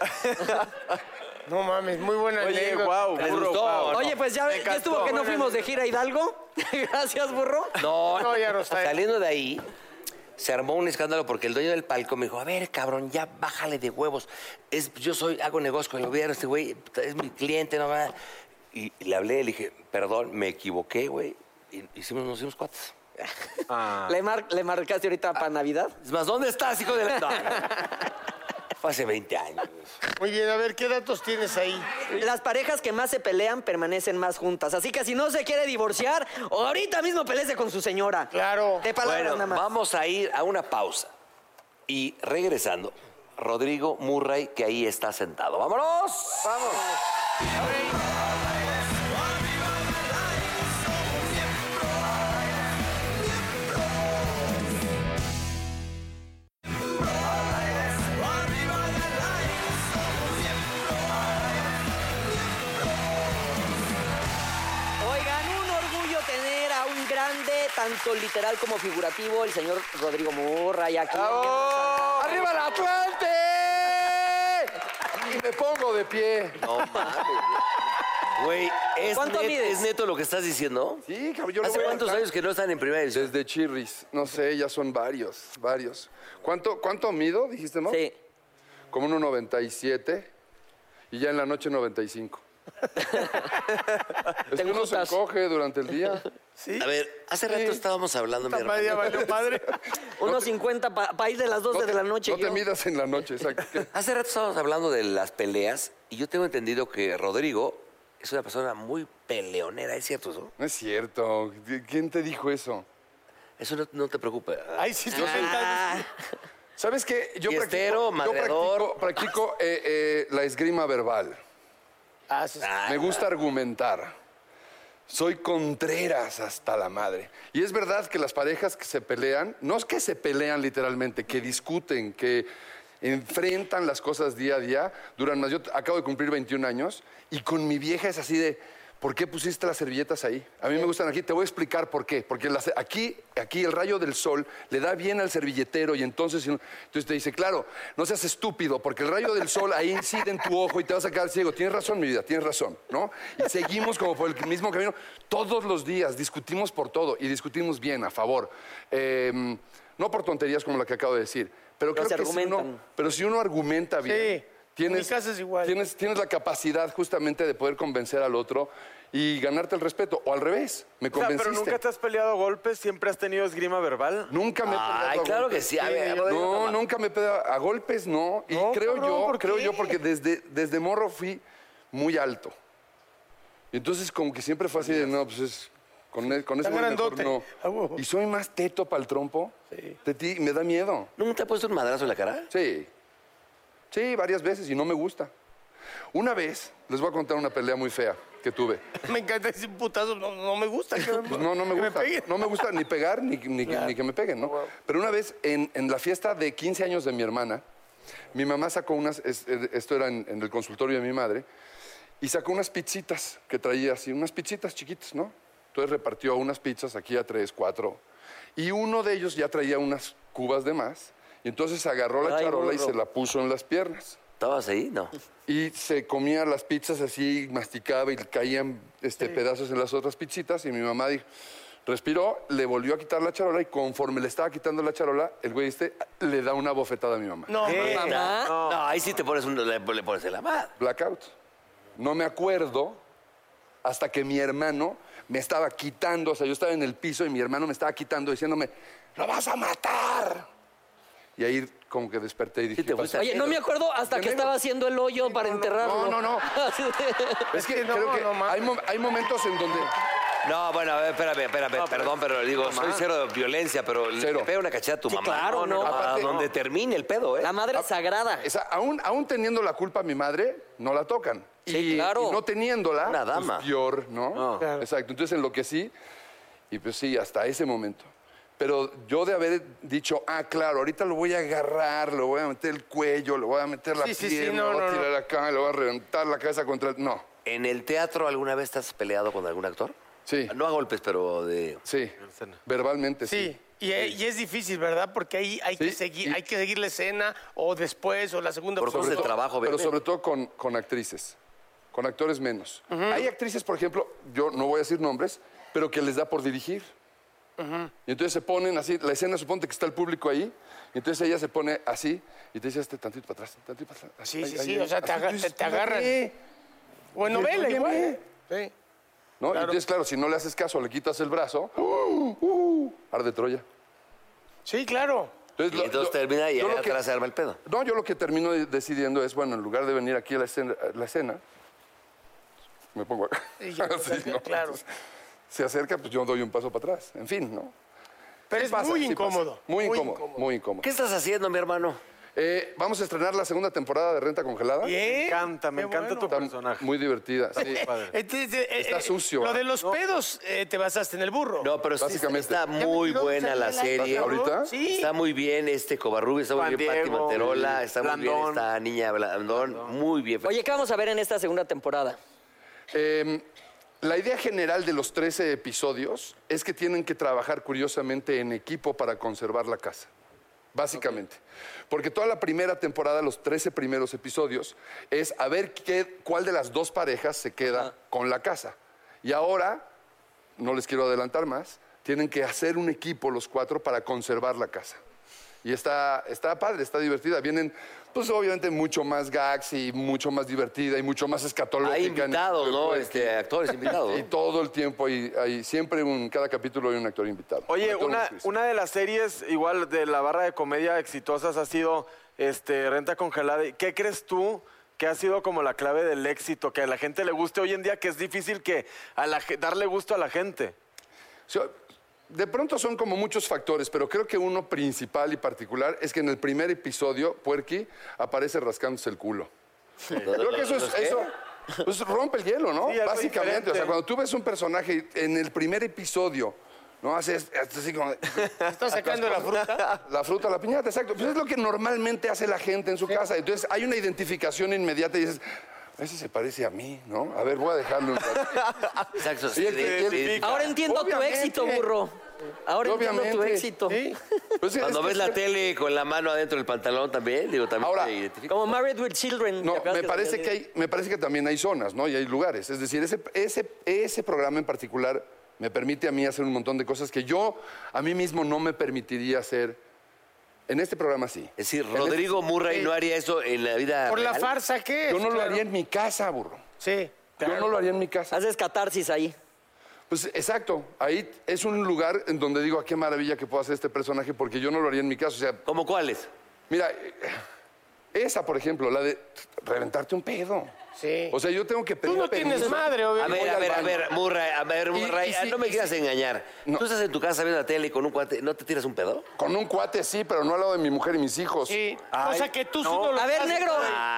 Speaker 3: No mames, muy buena
Speaker 5: Oye,
Speaker 3: anécdota.
Speaker 5: guau,
Speaker 2: ¿Les
Speaker 5: burro,
Speaker 2: gustó?
Speaker 5: guau.
Speaker 4: Oye, pues ya,
Speaker 5: Me
Speaker 4: ya estuvo
Speaker 5: encantó.
Speaker 4: que no fuimos de gira a Hidalgo. Gracias, burro.
Speaker 2: No,
Speaker 3: No, ya no está.
Speaker 2: Saliendo de ahí, se armó un escándalo porque el dueño del palco me dijo, a ver, cabrón, ya bájale de huevos. Es, yo soy, hago negocio con el gobierno, este güey es mi cliente, no más. Y le hablé, le dije, perdón, me equivoqué, güey. Y hicimos, nos hicimos cuates.
Speaker 4: Le, mar- le marcaste ahorita para Navidad.
Speaker 2: Es más, ¿dónde estás, hijo de la... No, no. Fue hace 20 años. güey.
Speaker 3: Muy bien, a ver, ¿qué datos tienes ahí?
Speaker 4: Las parejas que más se pelean permanecen más juntas. Así que si no se quiere divorciar, ahorita mismo pelece con su señora.
Speaker 3: Claro.
Speaker 4: De palabras
Speaker 2: Bueno,
Speaker 4: nada más.
Speaker 2: vamos a ir a una pausa. Y regresando, Rodrigo Murray, que ahí está sentado. ¡Vámonos! ¡Vamos!
Speaker 4: Oigan, un orgullo tener a un grande, tanto literal como figurativo, el señor Rodrigo Murray aquí.
Speaker 5: ¡Oh!
Speaker 6: ¡Arriba el Atlante! Y me pongo de pie.
Speaker 2: No mames. Güey, es,
Speaker 4: ¿Cuánto
Speaker 2: net-
Speaker 4: mides?
Speaker 2: es neto lo que estás diciendo.
Speaker 6: Sí, cabrón, yo le
Speaker 2: ¿Hace
Speaker 6: voy a
Speaker 2: cuántos
Speaker 6: Atlante.
Speaker 2: años que no están en primera división?
Speaker 6: Desde Chirris. No sé, ya son varios, varios. ¿Cuánto, cuánto mido, dijiste, no?
Speaker 4: Sí.
Speaker 6: Como un 97 y ya en la noche 95. es que uno se
Speaker 4: gustas?
Speaker 6: encoge durante el día.
Speaker 2: A ver, hace rato estábamos hablando, mi
Speaker 3: Puta madre,
Speaker 2: hermano.
Speaker 3: ya valió madre.
Speaker 4: Unos 50 para ir de las 12 de la noche.
Speaker 6: No te
Speaker 4: yo.
Speaker 6: midas en la noche, exacto. ¿Qué?
Speaker 2: Hace rato estábamos hablando de las peleas y yo tengo entendido que Rodrigo es una persona muy peleonera, ¿es cierto eso?
Speaker 6: No es cierto. ¿Quién te dijo eso?
Speaker 2: Eso no, no te preocupa.
Speaker 3: Ay, sí, estoy sentado.
Speaker 6: ¿Sabes qué? Yo
Speaker 2: Fiestero,
Speaker 6: practico, yo
Speaker 2: madreador.
Speaker 6: practico, practico, eh, eh, la esgrima verbal.
Speaker 3: Ah, sí, sí.
Speaker 6: Me gusta argumentar. Soy contreras hasta la madre. Y es verdad que las parejas que se pelean, no es que se pelean literalmente, que discuten, que enfrentan las cosas día a día, duran más. Yo t- acabo de cumplir 21 años y con mi vieja es así de, ¿por qué pusiste las servilletas ahí? A mí me gustan aquí, te voy a explicar por qué. Porque las- aquí, aquí el rayo del sol le da bien al servilletero y entonces, si no- entonces te dice, claro, no seas estúpido, porque el rayo del sol ahí incide en tu ojo y te vas a quedar ciego. Tienes razón, mi vida, tienes razón, ¿no? Y seguimos como por el mismo camino. Todos los días discutimos por todo y discutimos bien, a favor. Eh, no por tonterías como la que acabo de decir, pero
Speaker 4: Pero
Speaker 6: creo
Speaker 4: se
Speaker 6: que si uno,
Speaker 4: argumentan.
Speaker 6: pero si uno argumenta bien,
Speaker 3: Sí, en mi casa es igual.
Speaker 6: Tienes, tienes la capacidad justamente de poder convencer al otro y ganarte el respeto. O al revés, me
Speaker 5: O sea,
Speaker 6: convenciste.
Speaker 5: pero nunca te has peleado a golpes, siempre has tenido esgrima verbal.
Speaker 6: Nunca me he peleado
Speaker 2: Ay,
Speaker 6: a
Speaker 2: claro que
Speaker 6: golpes.
Speaker 2: sí. A ver, Rodrigo,
Speaker 6: No,
Speaker 2: toma.
Speaker 6: nunca me he peleado a golpes, no. Y
Speaker 5: No,
Speaker 6: creo
Speaker 5: cabrón,
Speaker 6: yo,
Speaker 5: ¿por
Speaker 6: creo
Speaker 5: qué?
Speaker 6: yo, porque desde, desde morro fui muy alto. Y entonces como que siempre fue así de, no, pues es... Con, e- con ese
Speaker 3: Está
Speaker 6: güey mejor
Speaker 3: grandote.
Speaker 6: no.
Speaker 3: A huevo.
Speaker 6: Y soy más teto para el trompo. De ti, me da miedo.
Speaker 2: ¿Nunca te ha puesto un madrazo en la cara?
Speaker 6: Sí. Sí, varias veces y no me gusta. Una vez, les voy a contar una pelea muy fea que tuve.
Speaker 3: Me encanta decir putazo, no, no me gusta. cabrón.
Speaker 6: Pues no, no me
Speaker 3: Que
Speaker 6: gusta.
Speaker 3: peguen.
Speaker 6: no me gusta ni pegar ni, ni- ni que me peguen, ¿no? Pero una vez en, en la fiesta de 15 años de mi hermana, mi mamá sacó unas, es- eh, esto era en, en el consultorio de mi madre, y sacó unas pizzitas que traía así, unas pizzitas chiquitas, ¿no? Entonces repartió unas pizzas aquí a tres, cuatro. Y uno de ellos ya traía unas cubas de más Y entonces agarró la
Speaker 4: Ay,
Speaker 6: charola y
Speaker 4: burro.
Speaker 6: se la puso en las piernas.
Speaker 2: ¿Estabas ahí? No.
Speaker 6: Y se comía las pizzas así, masticaba y le caían este, pedazos en las otras pizzitas. Y mi mamá dijo, respiró, le volvió a quitar la charola y conforme le estaba quitando la charola, el güey este le da una bofetada a mi mamá.
Speaker 3: No,
Speaker 4: Mamá.
Speaker 2: No, ahí sí te pones un, le, le pones en la madre.
Speaker 6: Blackout. No me acuerdo hasta que mi hermano me estaba quitando, o sea, yo estaba en el piso y mi hermano me estaba quitando diciéndome, ¡lo vas a matar! Y ahí como que desperté y dije,
Speaker 2: te fuiste
Speaker 6: "Vas a-
Speaker 4: Oye, no me acuerdo hasta
Speaker 6: De
Speaker 4: que
Speaker 6: negro.
Speaker 4: estaba haciendo el hoyo para enterrarlo.
Speaker 6: no, no, no. Es que creo que
Speaker 3: no mames.
Speaker 6: hay, mo- hay momentos en donde...
Speaker 2: No, bueno, a ver, espérame, espérame, perdón, pero digo, soy cero de violencia, pero
Speaker 6: Cero.
Speaker 2: le pega una cachada a tu
Speaker 4: Sí,
Speaker 2: mamá.
Speaker 4: claro, no.
Speaker 2: A
Speaker 6: Aparte-
Speaker 2: donde termine el pedo, ¿eh?
Speaker 4: La
Speaker 6: Ah.
Speaker 4: madre sagrada.
Speaker 6: esa- aún, aún teniendo la culpa a mi madre, no la tocan.
Speaker 4: Sí,
Speaker 6: y,
Speaker 4: claro.
Speaker 6: y no teniéndola,
Speaker 2: Una dama.
Speaker 6: pues, peor, ¿no?
Speaker 2: No.
Speaker 3: Claro.
Speaker 6: Exacto. Entonces enloquecí y pues sí, hasta ese momento. Pero yo de haber dicho, ah, claro, ahorita lo voy a agarrar, lo voy a meter el cuello, lo voy a meter la
Speaker 3: Sí, sí, sí,
Speaker 6: pierna,
Speaker 3: no,
Speaker 6: lo voy a
Speaker 3: no, no.
Speaker 6: tirar acá, lo voy a reventar la cabeza contra el... No,
Speaker 2: ¿En el teatro alguna vez te has peleado con algún actor?
Speaker 3: Ah,
Speaker 6: Sí.
Speaker 2: No a golpes, pero de...
Speaker 6: sí, verbalmente sí.
Speaker 3: Sí. Y, e- y es difícil, ¿verdad? Porque ahí hay que
Speaker 6: Sí,
Speaker 3: seguir,
Speaker 6: y-
Speaker 3: hay que seguir la escena o después o la segunda.
Speaker 2: Por
Speaker 3: opción.
Speaker 2: cosas de trabajo,
Speaker 6: Pero
Speaker 2: obviamente.
Speaker 6: sobre todo con, con actrices, con actores menos. Hay actrices, por ejemplo, yo no voy a decir nombres, pero que les da por dirigir. Y entonces se ponen así, la escena suponte que está el público ahí, y entonces ella se pone así y te dice este tantito para atrás, tantito para atrás. así,
Speaker 3: Sí,
Speaker 6: ahí,
Speaker 3: sí,
Speaker 6: ahí,
Speaker 3: sí.
Speaker 6: ahí,
Speaker 3: O sea, te,
Speaker 6: así,
Speaker 3: aga-
Speaker 6: tú
Speaker 3: te,
Speaker 6: dices,
Speaker 3: te agarran.
Speaker 6: "Órale".
Speaker 3: O en novela,
Speaker 6: Óyeme.
Speaker 3: igual. Sí.
Speaker 6: ¿No? Y entonces, claro, si no le haces caso, le quitas el brazo, ¡uh, uh! arde Troya.
Speaker 3: Sí, claro.
Speaker 2: Y entonces termina y
Speaker 6: yo
Speaker 2: ahí
Speaker 6: lo que-
Speaker 2: atrás se arma el pedo.
Speaker 6: No, yo lo que termino de- decidiendo es, bueno, en lugar de venir aquí a la escena, a la escena, me pongo acá.
Speaker 3: Y ya,
Speaker 6: Sí, ¿no?
Speaker 3: Claro.
Speaker 6: Se acerca, pues yo doy un paso para atrás. En fin, ¿no?
Speaker 3: Pero
Speaker 6: Sí
Speaker 3: es
Speaker 6: pasa,
Speaker 3: muy
Speaker 6: sí pasa.
Speaker 3: incómodo.
Speaker 6: Muy incómodo, muy incómodo.
Speaker 2: ¿Qué estás haciendo, mi hermano?
Speaker 6: Eh, vamos a estrenar la segunda temporada de Renta Congelada.
Speaker 3: Bien,
Speaker 5: Me encanta, me
Speaker 3: qué
Speaker 5: encanta
Speaker 3: bueno.
Speaker 5: tu
Speaker 6: Está
Speaker 5: personaje.
Speaker 6: muy divertida. sí.
Speaker 3: Este, este, eh,
Speaker 6: Está
Speaker 3: eh,
Speaker 6: sucio,
Speaker 3: Lo
Speaker 6: ¿ah?
Speaker 3: de los pedos eh, te basaste en el burro.
Speaker 2: No, pero sí
Speaker 6: Básicamente.
Speaker 2: está muy
Speaker 3: ¿Ya me-
Speaker 2: buena la
Speaker 3: salió la-
Speaker 2: serie.
Speaker 6: ¿Ahorita?
Speaker 3: Sí.
Speaker 2: Está muy bien este Covarrubias, está muy
Speaker 5: Juan
Speaker 2: bien Patti
Speaker 5: Diego,
Speaker 2: Manterola, está muy bien
Speaker 5: Blandón.
Speaker 2: esta niña Blandón, muy bien.
Speaker 4: Oye, ¿qué vamos a ver en esta segunda temporada?
Speaker 6: Eh, la idea general de los 13 episodios es que tienen que trabajar curiosamente en equipo para conservar la casa. Básicamente. Porque toda la primera temporada, los 13 primeros episodios, es a ver qué- cuál de las dos parejas se queda con la casa. Y ahora, no les quiero adelantar más, tienen que hacer un equipo los cuatro para conservar la casa. Y está, está padre, está divertida. Vienen, pues obviamente, mucho más gags y mucho más divertida y mucho más escatológica.
Speaker 2: Hay
Speaker 6: en el
Speaker 2: invitados,
Speaker 6: tipo de
Speaker 2: ¿no?
Speaker 6: juego.
Speaker 2: Este, actores invitados.
Speaker 6: Y
Speaker 2: ¿no?
Speaker 6: todo el tiempo hay, hay siempre un, cada capítulo hay un actor invitado. Un
Speaker 5: Oye,
Speaker 6: actor,
Speaker 5: una,
Speaker 6: actriz.
Speaker 5: una de las series igual de la barra de comedia exitosas ha sido este, Renta Congelada. ¿Y ¿Qué crees tú que ha sido como la clave del éxito? Que a la gente le guste hoy en día, que es difícil que a la ge- darle gusto a la gente.
Speaker 6: O sea, de pronto son como muchos factores, pero creo que uno principal y particular es que en el primer episodio, Puerky aparece rascándose el culo. Creo que eso es... Eso, pues rompe el hielo, ¿no?
Speaker 5: Sí, algo
Speaker 6: Básicamente, o sea,
Speaker 5: diferente.
Speaker 6: cuando tú ves un personaje en el primer episodio, ¿no? Haces haces así como...
Speaker 3: Estás sacando la fruta.
Speaker 6: La fruta, la piñata, exacto. Pues es lo que normalmente hace la gente en su casa. Entonces hay una identificación inmediata y dices, ese se parece a mí, ¿no? A ver, voy a dejarlo un rato.
Speaker 2: Exacto.
Speaker 6: Sí, es que-
Speaker 2: sí, sí.
Speaker 4: Ahora entiendo
Speaker 6: Obviamente.
Speaker 4: tu éxito, burro. Ahora entiendo tu
Speaker 6: Obviamente.
Speaker 4: éxito.
Speaker 6: Pues es-
Speaker 2: Cuando
Speaker 6: es-
Speaker 2: ves la tele con la mano adentro del pantalón también, digo, también
Speaker 6: Ahora,
Speaker 2: te identificas.
Speaker 4: Como Married with Children. ¿te
Speaker 6: No,
Speaker 4: acuerdas
Speaker 6: me
Speaker 4: que
Speaker 6: parece
Speaker 4: salía
Speaker 6: que
Speaker 4: así?
Speaker 6: hay, me parece que también hay zonas, ¿no? Y hay lugares. Es decir, ese, ese, ese programa en particular me permite a mí hacer un montón de cosas que yo a mí mismo no me permitiría hacer. En este programa sí.
Speaker 2: Es decir, Rodrigo
Speaker 6: eh,
Speaker 2: Murray no haría eso en la vida
Speaker 3: Por la
Speaker 2: real.
Speaker 3: farsa, ¿qué es?
Speaker 6: Yo no lo
Speaker 3: Claro.
Speaker 6: haría en mi casa, burro.
Speaker 3: Sí.
Speaker 6: Yo no lo haría en mi casa.
Speaker 4: Haces catarsis ahí.
Speaker 6: Pues exacto, ahí es un lugar en donde digo, a qué maravilla que puedo hacer este personaje, porque yo no lo haría en mi caso. O sea,
Speaker 2: ¿Cómo cuáles?
Speaker 6: mira, eh, esa, por ejemplo, la de reventarte un pedo.
Speaker 3: Sí.
Speaker 6: O sea, yo tengo que
Speaker 3: Tú
Speaker 6: pedir
Speaker 3: no tienes
Speaker 6: permiso.
Speaker 3: madre,
Speaker 2: A
Speaker 3: obviamente.
Speaker 6: voy
Speaker 2: ver, a
Speaker 6: al
Speaker 2: ver, a
Speaker 6: baño.
Speaker 2: ver, Murray, a ver,
Speaker 6: Y-
Speaker 2: Murray,
Speaker 6: y
Speaker 2: ah,
Speaker 6: sí,
Speaker 2: no me
Speaker 6: y
Speaker 2: quieras
Speaker 6: sí.
Speaker 2: engañar.
Speaker 6: No.
Speaker 2: Tú estás en tu casa viendo la tele con un cuate, ¿no te tiras un pedo?
Speaker 6: Con un cuate sí, pero no al lado de mi mujer y mis hijos.
Speaker 3: Sí.
Speaker 5: Ay,
Speaker 3: Cosa que tú sí
Speaker 5: no.
Speaker 3: no lo
Speaker 4: A ver,
Speaker 3: haces.
Speaker 4: negro,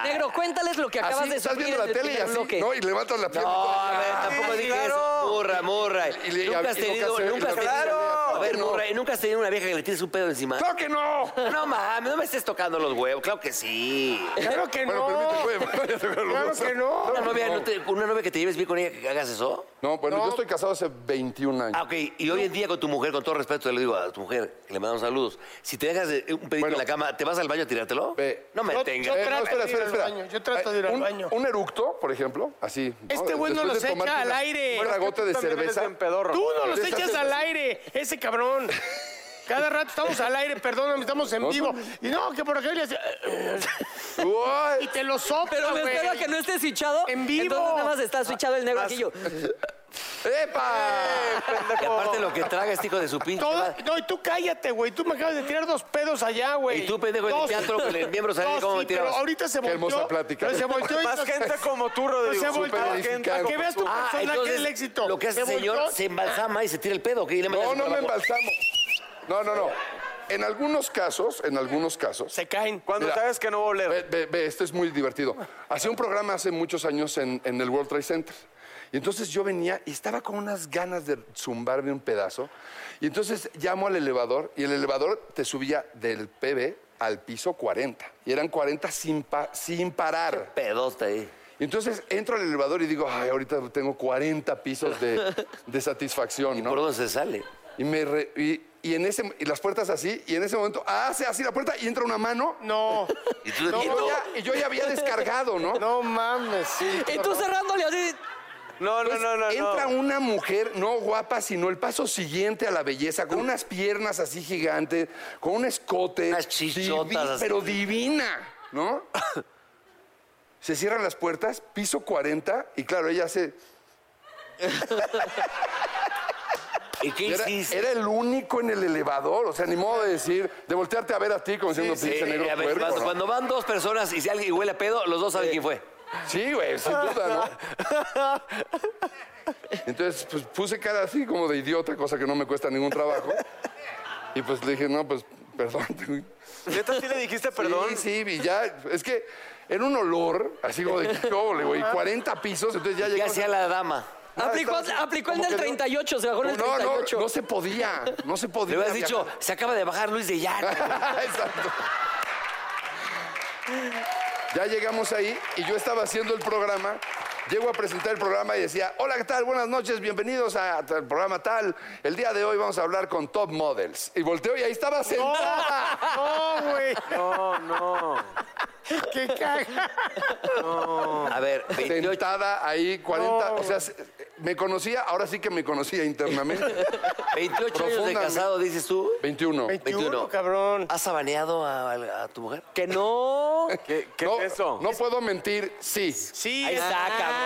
Speaker 4: negro, cuéntales lo que acabas
Speaker 6: Ah. Así,
Speaker 4: de
Speaker 6: estás
Speaker 4: subir
Speaker 6: viendo la tele y así, ¿no? Y levantas la pierna.
Speaker 2: No, a ver, tampoco dije eso. Ah, Murray, Murray.
Speaker 6: Y le- y
Speaker 2: nunca
Speaker 6: a-
Speaker 2: has
Speaker 6: y lo que
Speaker 2: tenido,
Speaker 6: hace- y
Speaker 2: nunca
Speaker 6: lo
Speaker 2: has
Speaker 6: que
Speaker 2: tenido.
Speaker 6: hace-
Speaker 2: A ver,
Speaker 6: no.
Speaker 2: Murray, ¿nunca has tenido una vieja que le tires un pedo encima?
Speaker 6: ¡Claro que no!
Speaker 2: No mames, no me estés tocando los huevos. Claro que sí.
Speaker 3: Claro que
Speaker 6: Bueno,
Speaker 3: no.
Speaker 6: permíteme, voy a tocar los
Speaker 3: Claro
Speaker 6: huevos.
Speaker 3: que no.
Speaker 2: Una novia, no te- una novia que te lleves bien con ella, que hagas eso.
Speaker 6: No, bueno, yo estoy casado hace 21 años.
Speaker 2: Ah, ok. Y hoy en día con tu mujer, con todo respeto, te lo digo a tu mujer, que le mandamos saludos. Si te dejas de- un pedito
Speaker 6: Bueno.
Speaker 2: en la cama, ¿te vas al baño a tirártelo?
Speaker 6: Ve.
Speaker 2: No me
Speaker 3: Yo-
Speaker 2: tengas.
Speaker 3: yo
Speaker 6: Eh,
Speaker 3: trato de ir al baño, yo trato de ir al
Speaker 6: un,
Speaker 3: baño.
Speaker 6: Un eructo, por ejemplo, así.
Speaker 3: Este güey no
Speaker 6: Después
Speaker 3: los
Speaker 6: de tomarte
Speaker 3: echa al
Speaker 6: una-
Speaker 3: aire.
Speaker 6: Un
Speaker 3: Bueno, es que
Speaker 6: ragote de
Speaker 5: también eres
Speaker 6: cerveza.
Speaker 5: bien pedorro.
Speaker 3: Tú no los
Speaker 6: Te estás
Speaker 3: echas al
Speaker 6: haciendo-
Speaker 3: aire, ese cabrón. Cada rato estamos al aire, perdóname, estamos en vivo. Y no, que por acá le hace-
Speaker 6: Uy,
Speaker 3: y te lo sopla,
Speaker 4: Pero me
Speaker 3: güey.
Speaker 4: espero a que no esté switchado.
Speaker 3: En vivo.
Speaker 4: Entonces nada más está switchado el negro aquí yo.
Speaker 6: ¡Epa!
Speaker 2: Y aparte lo que traga este hijo de su pinche.
Speaker 3: Todo-
Speaker 2: madre.
Speaker 3: no, y tú cállate, güey. Tú me acabas de tirar dos pedos allá, güey.
Speaker 2: Y tú, pendejo, en el
Speaker 3: Dos.
Speaker 2: teatro, con el miembro saliendo,
Speaker 3: Dos,
Speaker 2: ¿cómo
Speaker 3: sí,
Speaker 2: me tirabas?
Speaker 3: pero ahorita se volteó.
Speaker 6: hermosa plática.
Speaker 3: Pero se volteó y
Speaker 5: Más gente como tú, Rodrigo.
Speaker 3: se ha
Speaker 5: Súper
Speaker 3: volteado.
Speaker 5: gente
Speaker 3: Para que
Speaker 5: como
Speaker 3: veas
Speaker 5: tú.
Speaker 3: tu persona que
Speaker 2: Ah, entonces,
Speaker 3: es el éxito.
Speaker 2: Lo que hace el
Speaker 3: Se
Speaker 2: señor
Speaker 3: volteó.
Speaker 2: se embalsama y se tira el pedo. ¿qué? Y le
Speaker 6: No,
Speaker 2: mandas-
Speaker 6: no me embalsamo. No, no, no. En algunos casos, en algunos casos,
Speaker 3: Se caen.
Speaker 5: Cuando
Speaker 6: Mira.
Speaker 5: sabes que no va a oler.
Speaker 6: Ve, ve, ve, este es muy divertido. Hacía un programa hace muchos años en, en el World Trade Center. Y entonces yo venía y estaba con unas ganas de zumbarme un pedazo. Y entonces llamo al elevador y el elevador te subía del PB al piso 40. Y eran 40 sin, pa- sin parar.
Speaker 2: Pedote ¿eh? ahí.
Speaker 6: Y entonces entro al elevador y digo, ay, ahorita tengo 40 pisos de, de satisfacción. ¿no?
Speaker 2: ¿Por dónde se sale?
Speaker 6: Y, me re- y- y en ese, y las puertas así, y en ese momento hace así la puerta y entra una mano.
Speaker 3: No,
Speaker 2: Y tú, y
Speaker 6: Y
Speaker 2: tú-
Speaker 6: yo ya, y yo ya había descargado, ¿no?
Speaker 3: no mames.
Speaker 4: Y tú cerrándole así.
Speaker 5: No, no,
Speaker 6: Pues,
Speaker 5: no, no.
Speaker 6: entra
Speaker 5: no.
Speaker 6: una mujer, no guapa, sino el paso siguiente a la belleza, con unas piernas así gigantes, con un escote.
Speaker 2: Unas chichotas
Speaker 6: divi-
Speaker 2: así.
Speaker 6: Pero divina, ¿no? Se cierran las puertas, piso 40, y claro, ella hace.
Speaker 2: ¿Y qué
Speaker 6: Era,
Speaker 2: hiciste?
Speaker 6: era el único en el elevador, o sea, ni modo de decir, de voltearte a ver a ti como siendo
Speaker 2: Sí,
Speaker 6: pinche negro
Speaker 2: Eh, a ver,
Speaker 6: puerco,
Speaker 2: cuando,
Speaker 6: ¿no?
Speaker 2: cuando van dos personas y si alguien huele a pedo, los dos saben quién fue.
Speaker 6: Sí, güey, sin duda, ¿no? Entonces, pues puse cara así como de idiota, cosa que no me cuesta ningún trabajo. Y pues le dije, no, pues perdón. güey".
Speaker 5: ¿Neta sí le dijiste perdón?
Speaker 6: Sí, sí, y ya, es que era un olor, así como de, ¿qué ole, güey? 40 pisos, entonces ya
Speaker 2: ¿Qué
Speaker 6: llegamos.
Speaker 2: hacía la dama?
Speaker 4: Aplicó,
Speaker 6: estaba-
Speaker 4: aplicó el
Speaker 6: como
Speaker 4: del
Speaker 6: que no-
Speaker 4: 38, se bajó en el
Speaker 6: No, no,
Speaker 4: 38.
Speaker 6: no se podía, no se podía.
Speaker 2: Le hubieras dicho,
Speaker 6: viajar.
Speaker 2: se acaba de bajar Luis de Llano.
Speaker 6: Exacto. Ya llegamos ahí y yo estaba haciendo el programa. Llego a presentar el programa y decía, hola, ¿qué tal? Buenas noches, bienvenidos a- al programa tal. El día de hoy vamos a hablar con Top Models. Y volteo y ahí estaba sentada.
Speaker 3: No, güey.
Speaker 5: No, no.
Speaker 3: Qué caga.
Speaker 2: A ver, 28.
Speaker 6: Sentada ahí, 40... O sea, se- me conocía, ahora sí que me conocía internamente.
Speaker 2: 28 años de
Speaker 6: Profundamente.
Speaker 2: casado, dices tú.
Speaker 6: 21.
Speaker 3: 21, cabrón.
Speaker 2: ¿Has abaneado a, a- a tu mujer?
Speaker 4: Que no.
Speaker 5: ¿Qué, qué
Speaker 6: No,
Speaker 5: es eso?
Speaker 6: no puedo mentir, sí.
Speaker 3: Sí, ah.
Speaker 2: Ahí
Speaker 3: es-
Speaker 2: está, cabrón.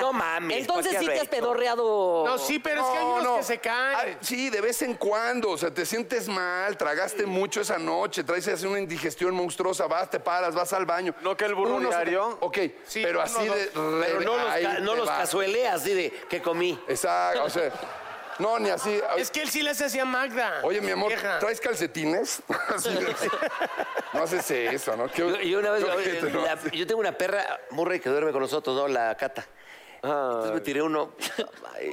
Speaker 2: No mames. ¿por qué
Speaker 4: Entonces sí te
Speaker 2: habré
Speaker 4: has
Speaker 2: hecho?
Speaker 4: pedorreado.
Speaker 3: No, sí, pero es que hay
Speaker 6: No,
Speaker 3: unos
Speaker 6: no.
Speaker 3: que se caen.
Speaker 6: Ay, sí, de vez en cuando. O sea, te sientes mal, tragaste mucho esa noche, traes así una indigestión monstruosa, vas, te paras, vas al baño.
Speaker 5: ¿No que el burro
Speaker 6: Uno se-
Speaker 5: diario?
Speaker 6: Ok,
Speaker 3: Sí,
Speaker 6: pero
Speaker 3: uno,
Speaker 6: así
Speaker 3: dos.
Speaker 6: de...
Speaker 2: Pero no los,
Speaker 6: ahí
Speaker 2: ca- no
Speaker 6: te
Speaker 2: los
Speaker 6: va.
Speaker 2: cazueleas, así de que comí.
Speaker 6: Exacto, o sea... No, ni así.
Speaker 3: Es que él sí las hacía Magda.
Speaker 6: Oye, mi amor,
Speaker 3: Vieja.
Speaker 6: ¿traes calcetines? Así de- no haces eso, ¿no? Qué-
Speaker 2: Yo, yo una vez,
Speaker 6: qué ojete, ¿no?
Speaker 2: la- yo tengo una perra, Murray, que duerme con nosotros, ¿no? La cata. Entonces
Speaker 5: Ah.
Speaker 2: me tiré uno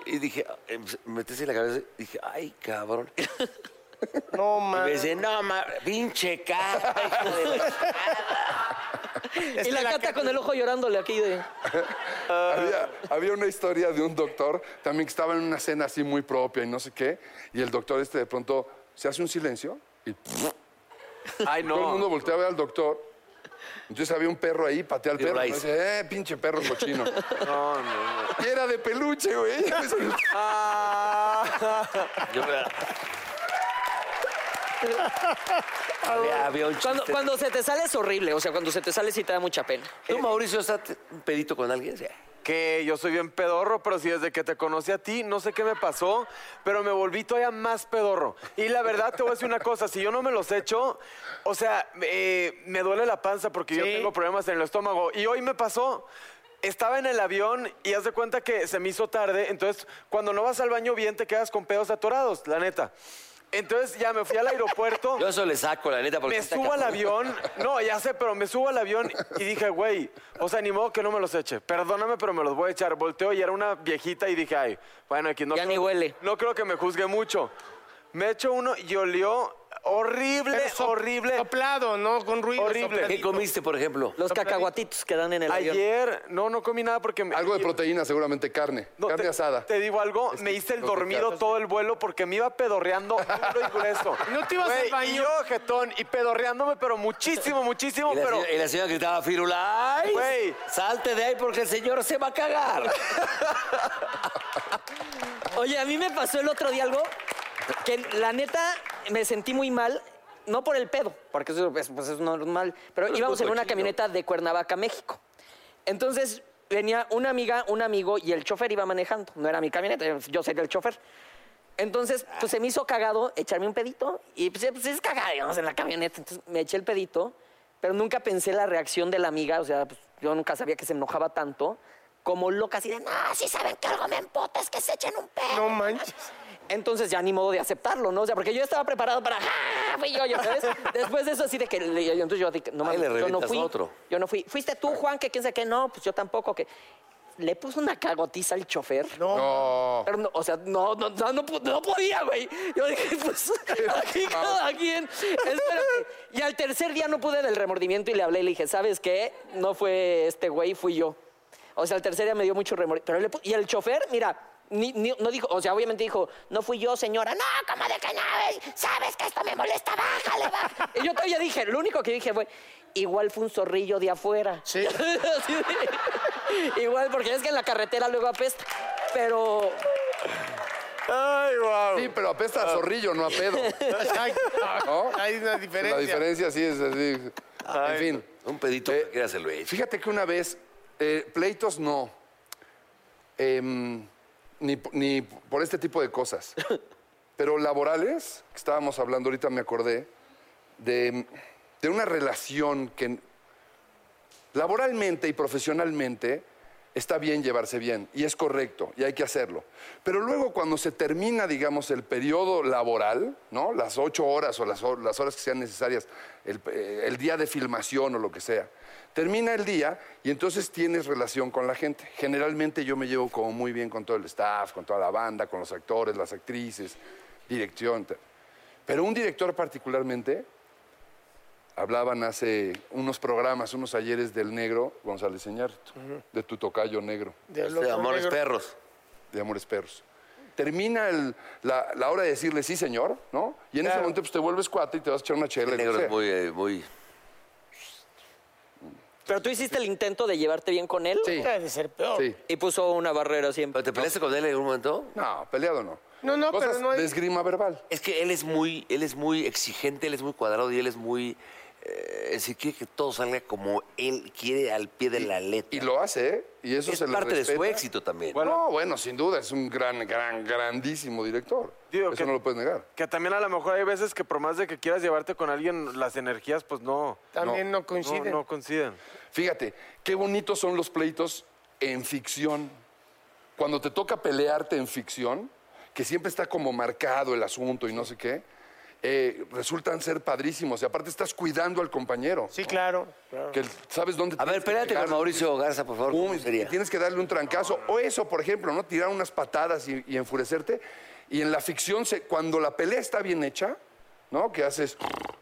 Speaker 2: y dije, eh, me metí así en la cabeza y dije, ay, cabrón.
Speaker 3: No
Speaker 2: Y me
Speaker 3: mames.
Speaker 2: dice, no, ma, pinche cata, hijo de la
Speaker 3: Es
Speaker 4: y
Speaker 3: que
Speaker 4: la cata con el ojo llorándole aquí de.
Speaker 6: había, había una historia de un doctor también que estaba en una cena así muy propia y no sé qué, y el doctor este de pronto se hace un silencio y
Speaker 5: Ay,
Speaker 6: Todo el mundo
Speaker 5: no.
Speaker 6: volteaba a ver al doctor. Entonces había un perro ahí, patea al
Speaker 2: Y
Speaker 6: perro. Y
Speaker 2: Rice.
Speaker 6: dice, eh, pinche perro cochino. Y era de peluche, güey.
Speaker 2: Yo me- había, había un chiste.
Speaker 4: Cuando, cuando se te sale es horrible, o sea, cuando se te sale sí te da mucha pena.
Speaker 2: ¿Tú, Mauricio, estás un pedito con alguien? Sí.
Speaker 5: Que yo soy bien pedorro, pero si desde que te conocí a ti, no sé qué me pasó, pero me volví todavía más pedorro. Y la verdad, te voy a decir una cosa, si yo no me los echo, o sea, eh, me duele la panza porque yo
Speaker 3: Sí.
Speaker 5: tengo problemas en el estómago. Y hoy me pasó, estaba en el avión y haz de cuenta que se me hizo tarde, entonces cuando no vas al baño bien te quedas con pedos atorados, la neta. Entonces ya me fui al aeropuerto.
Speaker 2: Yo eso le saco, la neta, porque...
Speaker 5: Me
Speaker 2: está
Speaker 5: subo al
Speaker 2: cabrón.
Speaker 5: avión, no, ya sé, pero me subo al avión y dije, güey, o sea, ni modo que no me los eche. Perdóname, pero me los voy a echar. Volteo y era una viejita y dije, ay, bueno, aquí no.
Speaker 4: Ya
Speaker 5: creo-
Speaker 4: ni huele.
Speaker 5: No creo que me juzgue mucho. Me echo uno y olió horrible,
Speaker 3: Pero so-
Speaker 5: horrible.
Speaker 3: Soplado, ¿no? Con ruido.
Speaker 5: Horrible.
Speaker 2: ¿Qué
Speaker 3: sopladito.
Speaker 2: comiste, por ejemplo?
Speaker 4: Los cacahuatitos que dan en el avión.
Speaker 5: Ayer, no, no comí nada porque... me-
Speaker 6: Algo de proteína, seguramente carne.
Speaker 5: No,
Speaker 6: carne
Speaker 5: te,
Speaker 6: asada.
Speaker 5: Te digo algo, me hice el
Speaker 6: lo que
Speaker 5: dormido
Speaker 6: quieras.
Speaker 5: todo el vuelo porque me iba pedorreando duro y grueso.
Speaker 3: No te ibas
Speaker 5: Güey,
Speaker 3: al baño.
Speaker 5: Y yo, jetón, y pedorreándome, pero muchísimo, muchísimo,
Speaker 2: Y la,
Speaker 5: pero...
Speaker 2: señora, y la señora gritaba, Firula, ¡ay!
Speaker 5: Güey.
Speaker 2: Salte de ahí porque el señor se va a cagar.
Speaker 4: Oye, a mí me pasó el otro día algo que la neta me sentí muy mal, no por el pedo, porque eso es, pues, es normal, pero íbamos en una camioneta de Cuernavaca, México. Entonces venía una amiga, un amigo y el chofer iba manejando. No era mi camioneta, yo sería el chofer. Entonces, pues se me hizo cagado echarme un pedito y pues, pues, es cagado, digamos, en la camioneta. Entonces me eché el pedito, pero nunca pensé la reacción de la amiga, o sea, pues, yo nunca sabía que se enojaba tanto, como loca así de, no, si saben que algo me empota es que se echen un pedo.
Speaker 3: No manches.
Speaker 4: Entonces ya ni modo de aceptarlo, ¿no? O sea, porque yo estaba preparado para, ¡ah! Fui yo, yo, ¿sabes? Después de eso, así de que. le- yo- Entonces yo dije, no
Speaker 2: Ahí
Speaker 4: mames,
Speaker 2: le
Speaker 4: yo no
Speaker 2: reventas
Speaker 4: fui.
Speaker 2: otro.
Speaker 4: Yo no fui. Fuiste tú, Juan, que quién sabe qué. No, pues yo tampoco, que. Le puso una cagotiza al chofer.
Speaker 6: No.
Speaker 4: Pero no, o sea, no, no, no, no po- no podía, güey. Yo dije, pues, aquí cada quien. Espérate. Y al tercer día no pude del remordimiento y le hablé y le dije, ¿sabes qué? No fue este güey, fui yo. O sea, al tercer día me dio mucho remordimiento. Pero le pu- y el chofer, mira, ni- ni- no dijo, o sea, obviamente dijo, no fui yo, señora. No, ¿cómo de que no? güey? Sabes que esto me molesta, bájale, bájale. Y yo todavía dije, lo único que dije fue, igual fue un zorrillo de afuera.
Speaker 3: Sí.
Speaker 4: Así de- Igual, porque es que en la carretera luego apesta. Pero,
Speaker 5: Ay, wow.
Speaker 6: Sí, pero apesta
Speaker 5: Ah.
Speaker 6: a zorrillo, no a pedo.
Speaker 3: Ay,
Speaker 6: ¿No?
Speaker 3: Hay una
Speaker 6: La
Speaker 3: diferencia.
Speaker 6: diferencia sí es así. En fin.
Speaker 2: Un pedito
Speaker 6: Eh,
Speaker 2: que quieras el güey.
Speaker 6: Fíjate que una vez, eh, pleitos no. Em, ni, p- ni por este tipo de cosas. Pero laborales, que estábamos hablando ahorita, me acordé, de, de una relación que laboralmente y profesionalmente está bien llevarse bien y es correcto y hay que hacerlo. Pero luego cuando se termina, digamos, el periodo laboral, ¿no? Las ocho horas o las, ho- las horas que sean necesarias, el, eh, el día de filmación o lo que sea, termina el día y entonces tienes relación con la gente. Generalmente yo me llevo como muy bien con todo el staff, con toda la banda, con los actores, las actrices, dirección. tal. Pero un director particularmente, hablaban hace unos programas, unos ayeres del negro González Iñárritu, de tu tocayo negro,
Speaker 3: De
Speaker 2: De Este, amores
Speaker 3: negro.
Speaker 2: perros.
Speaker 6: de Amores Perros. Termina el- la, la hora de decirle sí, señor, ¿no? Y en ese momento pues, te vuelves cuate y te vas a echar una chela.
Speaker 2: El
Speaker 6: y
Speaker 2: negro
Speaker 6: lo que
Speaker 2: es
Speaker 6: sea.
Speaker 2: muy, eh, muy...
Speaker 4: pero tú hiciste el intento de llevarte bien con él.
Speaker 6: Sí,
Speaker 3: Debe de ser peor.
Speaker 6: sí.
Speaker 4: Y puso una barrera siempre.
Speaker 2: ¿Pero te peleaste con él en algún momento?
Speaker 6: No, peleado no.
Speaker 3: No, no,
Speaker 6: Cosas
Speaker 3: pero no hay-
Speaker 6: de esgrima verbal.
Speaker 2: Es que él es muy, él es muy exigente, él es muy cuadrado y él es muy... eh, es decir, quiere que todo salga como él quiere al pie de la letra.
Speaker 6: Y lo hace, ¿eh? Y eso
Speaker 2: es
Speaker 6: se le
Speaker 2: parte de su
Speaker 6: respeta.
Speaker 2: éxito también.
Speaker 6: No, bueno, sin duda, es un gran, gran, grandísimo director.
Speaker 5: Digo
Speaker 6: eso
Speaker 5: que-
Speaker 6: no lo puedes negar.
Speaker 5: Que también a lo mejor hay veces que por más de que quieras llevarte con alguien, las energías pues no,
Speaker 3: También no,
Speaker 5: no,
Speaker 3: coincide.
Speaker 5: no coinciden.
Speaker 6: Fíjate, qué bonitos son los pleitos en ficción. Cuando te toca pelearte en ficción, que siempre está como marcado el asunto y no sé qué, eh, resultan ser padrísimos. Y aparte estás cuidando al compañero.
Speaker 3: Sí, claro.
Speaker 6: Que el- sabes dónde...
Speaker 2: A ver,
Speaker 6: tienes que
Speaker 2: espérate con
Speaker 6: pegar,
Speaker 2: Mauricio Garza, por favor.
Speaker 6: pum,
Speaker 2: ¿cómo sería?
Speaker 6: Tienes que darle un trancazo. O eso, por ejemplo, ¿no? Tirar unas patadas y, y enfurecerte. Y en la ficción, se- cuando la pelea está bien hecha, ¿no? Que haces...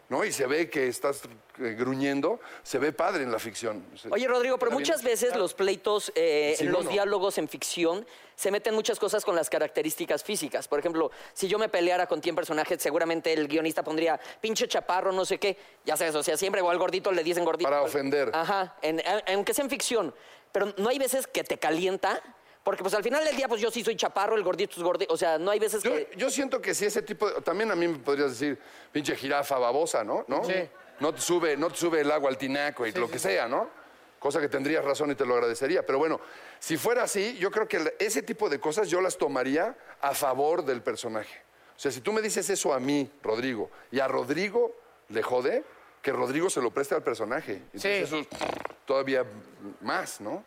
Speaker 6: ¿no? Y se ve que estás eh, gruñendo, se ve padre en la ficción. Se-
Speaker 4: Oye, Rodrigo, pero
Speaker 6: queda bien.
Speaker 4: muchas veces los pleitos, eh,
Speaker 6: Sí,
Speaker 4: en los
Speaker 6: bueno.
Speaker 4: diálogos en ficción, se meten muchas cosas con las características físicas. Por ejemplo, si yo me peleara con 100 personajes, seguramente el guionista pondría pinche chaparro, no sé qué. Ya sabes, o sea, siempre o al gordito le dicen gordito.
Speaker 6: Para ofender.
Speaker 4: Ajá, en- a- aunque sea en ficción. Pero no hay veces que te calienta, porque pues al final del día, pues yo sí soy chaparro, el gordito es gordito. O sea, no hay veces
Speaker 6: Yo,
Speaker 3: Eh,
Speaker 4: que...
Speaker 6: yo siento que si ese tipo de- También a mí me podrías decir, pinche jirafa babosa, ¿no? ¿No? No te sube, no te sube el agua al tinaco y lo que sea, ¿no? Cosa que tendrías razón y te lo agradecería. Pero bueno, si fuera así, yo creo que la- ese tipo de cosas yo las tomaría a favor del personaje. O sea, si tú me dices eso a mí, Rodrigo, y a Rodrigo le jode, que Rodrigo se lo preste al personaje. Entonces
Speaker 3: Sí.
Speaker 6: eso es todavía más, ¿no?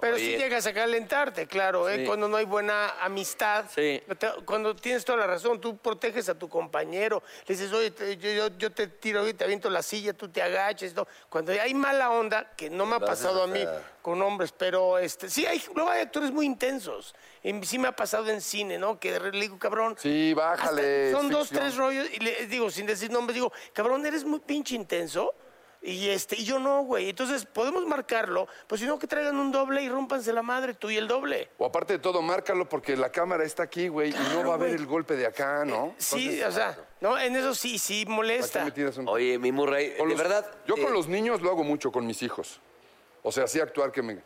Speaker 3: Pero sí llegas a calentarte, claro, ¿eh?
Speaker 4: Sí.
Speaker 3: cuando no hay buena amistad.
Speaker 4: Sí.
Speaker 3: Te- Cuando tienes toda la razón, tú proteges a tu compañero, le dices, oye, te- yo, yo- yo te tiro y te aviento la silla, tú te agachas. todo. Cuando hay mala onda, que no me ha pasado a mí con hombres, pero este, sí, hay, luego hay actores muy intensos. Y sí me ha pasado en cine, ¿no? Que de- le digo, cabrón.
Speaker 7: Sí, bájale,
Speaker 3: hasta- Son
Speaker 7: es
Speaker 3: dos,
Speaker 7: ficción.
Speaker 3: tres rollos, y le digo, sin decir nombres, digo, cabrón, eres muy pinche intenso. Y este, y yo no, güey. Entonces, podemos marcarlo, pues si no, que traigan un doble y rompanse la madre, tú y el doble.
Speaker 7: O aparte de todo, márcalo porque la cámara está aquí, güey, y no va a ver el golpe de acá, ¿no?
Speaker 3: Eh, Sí,
Speaker 7: Entonces,
Speaker 3: o sea, no, en eso sí,
Speaker 7: ¿para
Speaker 3: sí
Speaker 7: qué
Speaker 3: molesta.
Speaker 7: me tiras un-
Speaker 2: Oye, mi Murray,
Speaker 7: Con
Speaker 2: de
Speaker 7: los-
Speaker 2: verdad.
Speaker 7: Yo
Speaker 2: eh,
Speaker 7: con los niños lo hago mucho con mis hijos. O sea, así actuar que me.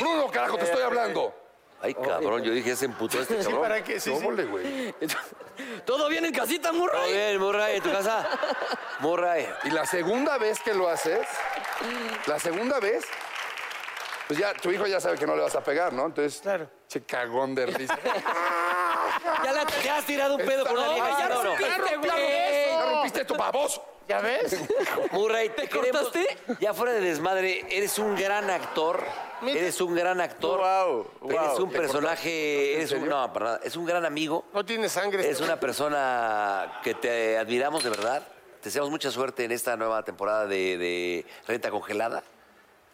Speaker 7: Bruno, carajo, te estoy hablando.
Speaker 2: Ay, cabrón, yo dije, se emputó este
Speaker 3: Sí,
Speaker 2: cabrón.
Speaker 3: para que sí, sí.
Speaker 7: Tómole, güey.
Speaker 4: ¿Todo bien en casita, murro?
Speaker 2: Todo bien, Murray, Eh, en tu casa. eh, Murray.
Speaker 7: Y la segunda vez que lo haces, la segunda vez, pues ya tu hijo ya sabe que no le vas a pegar, ¿no? Entonces,
Speaker 3: Claro.
Speaker 7: che cagón de risa.
Speaker 6: ¡Ah!
Speaker 4: Ya, la, ya has tirado un pedo con una
Speaker 7: Está-
Speaker 4: vieja.
Speaker 7: ya
Speaker 4: no, no.
Speaker 7: rompiste,
Speaker 4: Este,
Speaker 7: güey.
Speaker 4: güey.
Speaker 7: Ya rompiste tu baboso.
Speaker 3: ¿Ya ves?
Speaker 2: Murray, te, queremos.
Speaker 4: cortaste?
Speaker 2: Ya fuera de desmadre, eres un gran actor.
Speaker 3: Mira.
Speaker 2: Eres un gran actor.
Speaker 5: Guau, guau.
Speaker 2: Eres un
Speaker 7: ¿Te
Speaker 2: personaje. Eres un, no, para nada. Es un gran amigo.
Speaker 3: No tiene sangre.
Speaker 2: Eres
Speaker 3: este-
Speaker 2: una persona que te admiramos de verdad. Te deseamos mucha suerte en esta nueva temporada de, de Renta Congelada.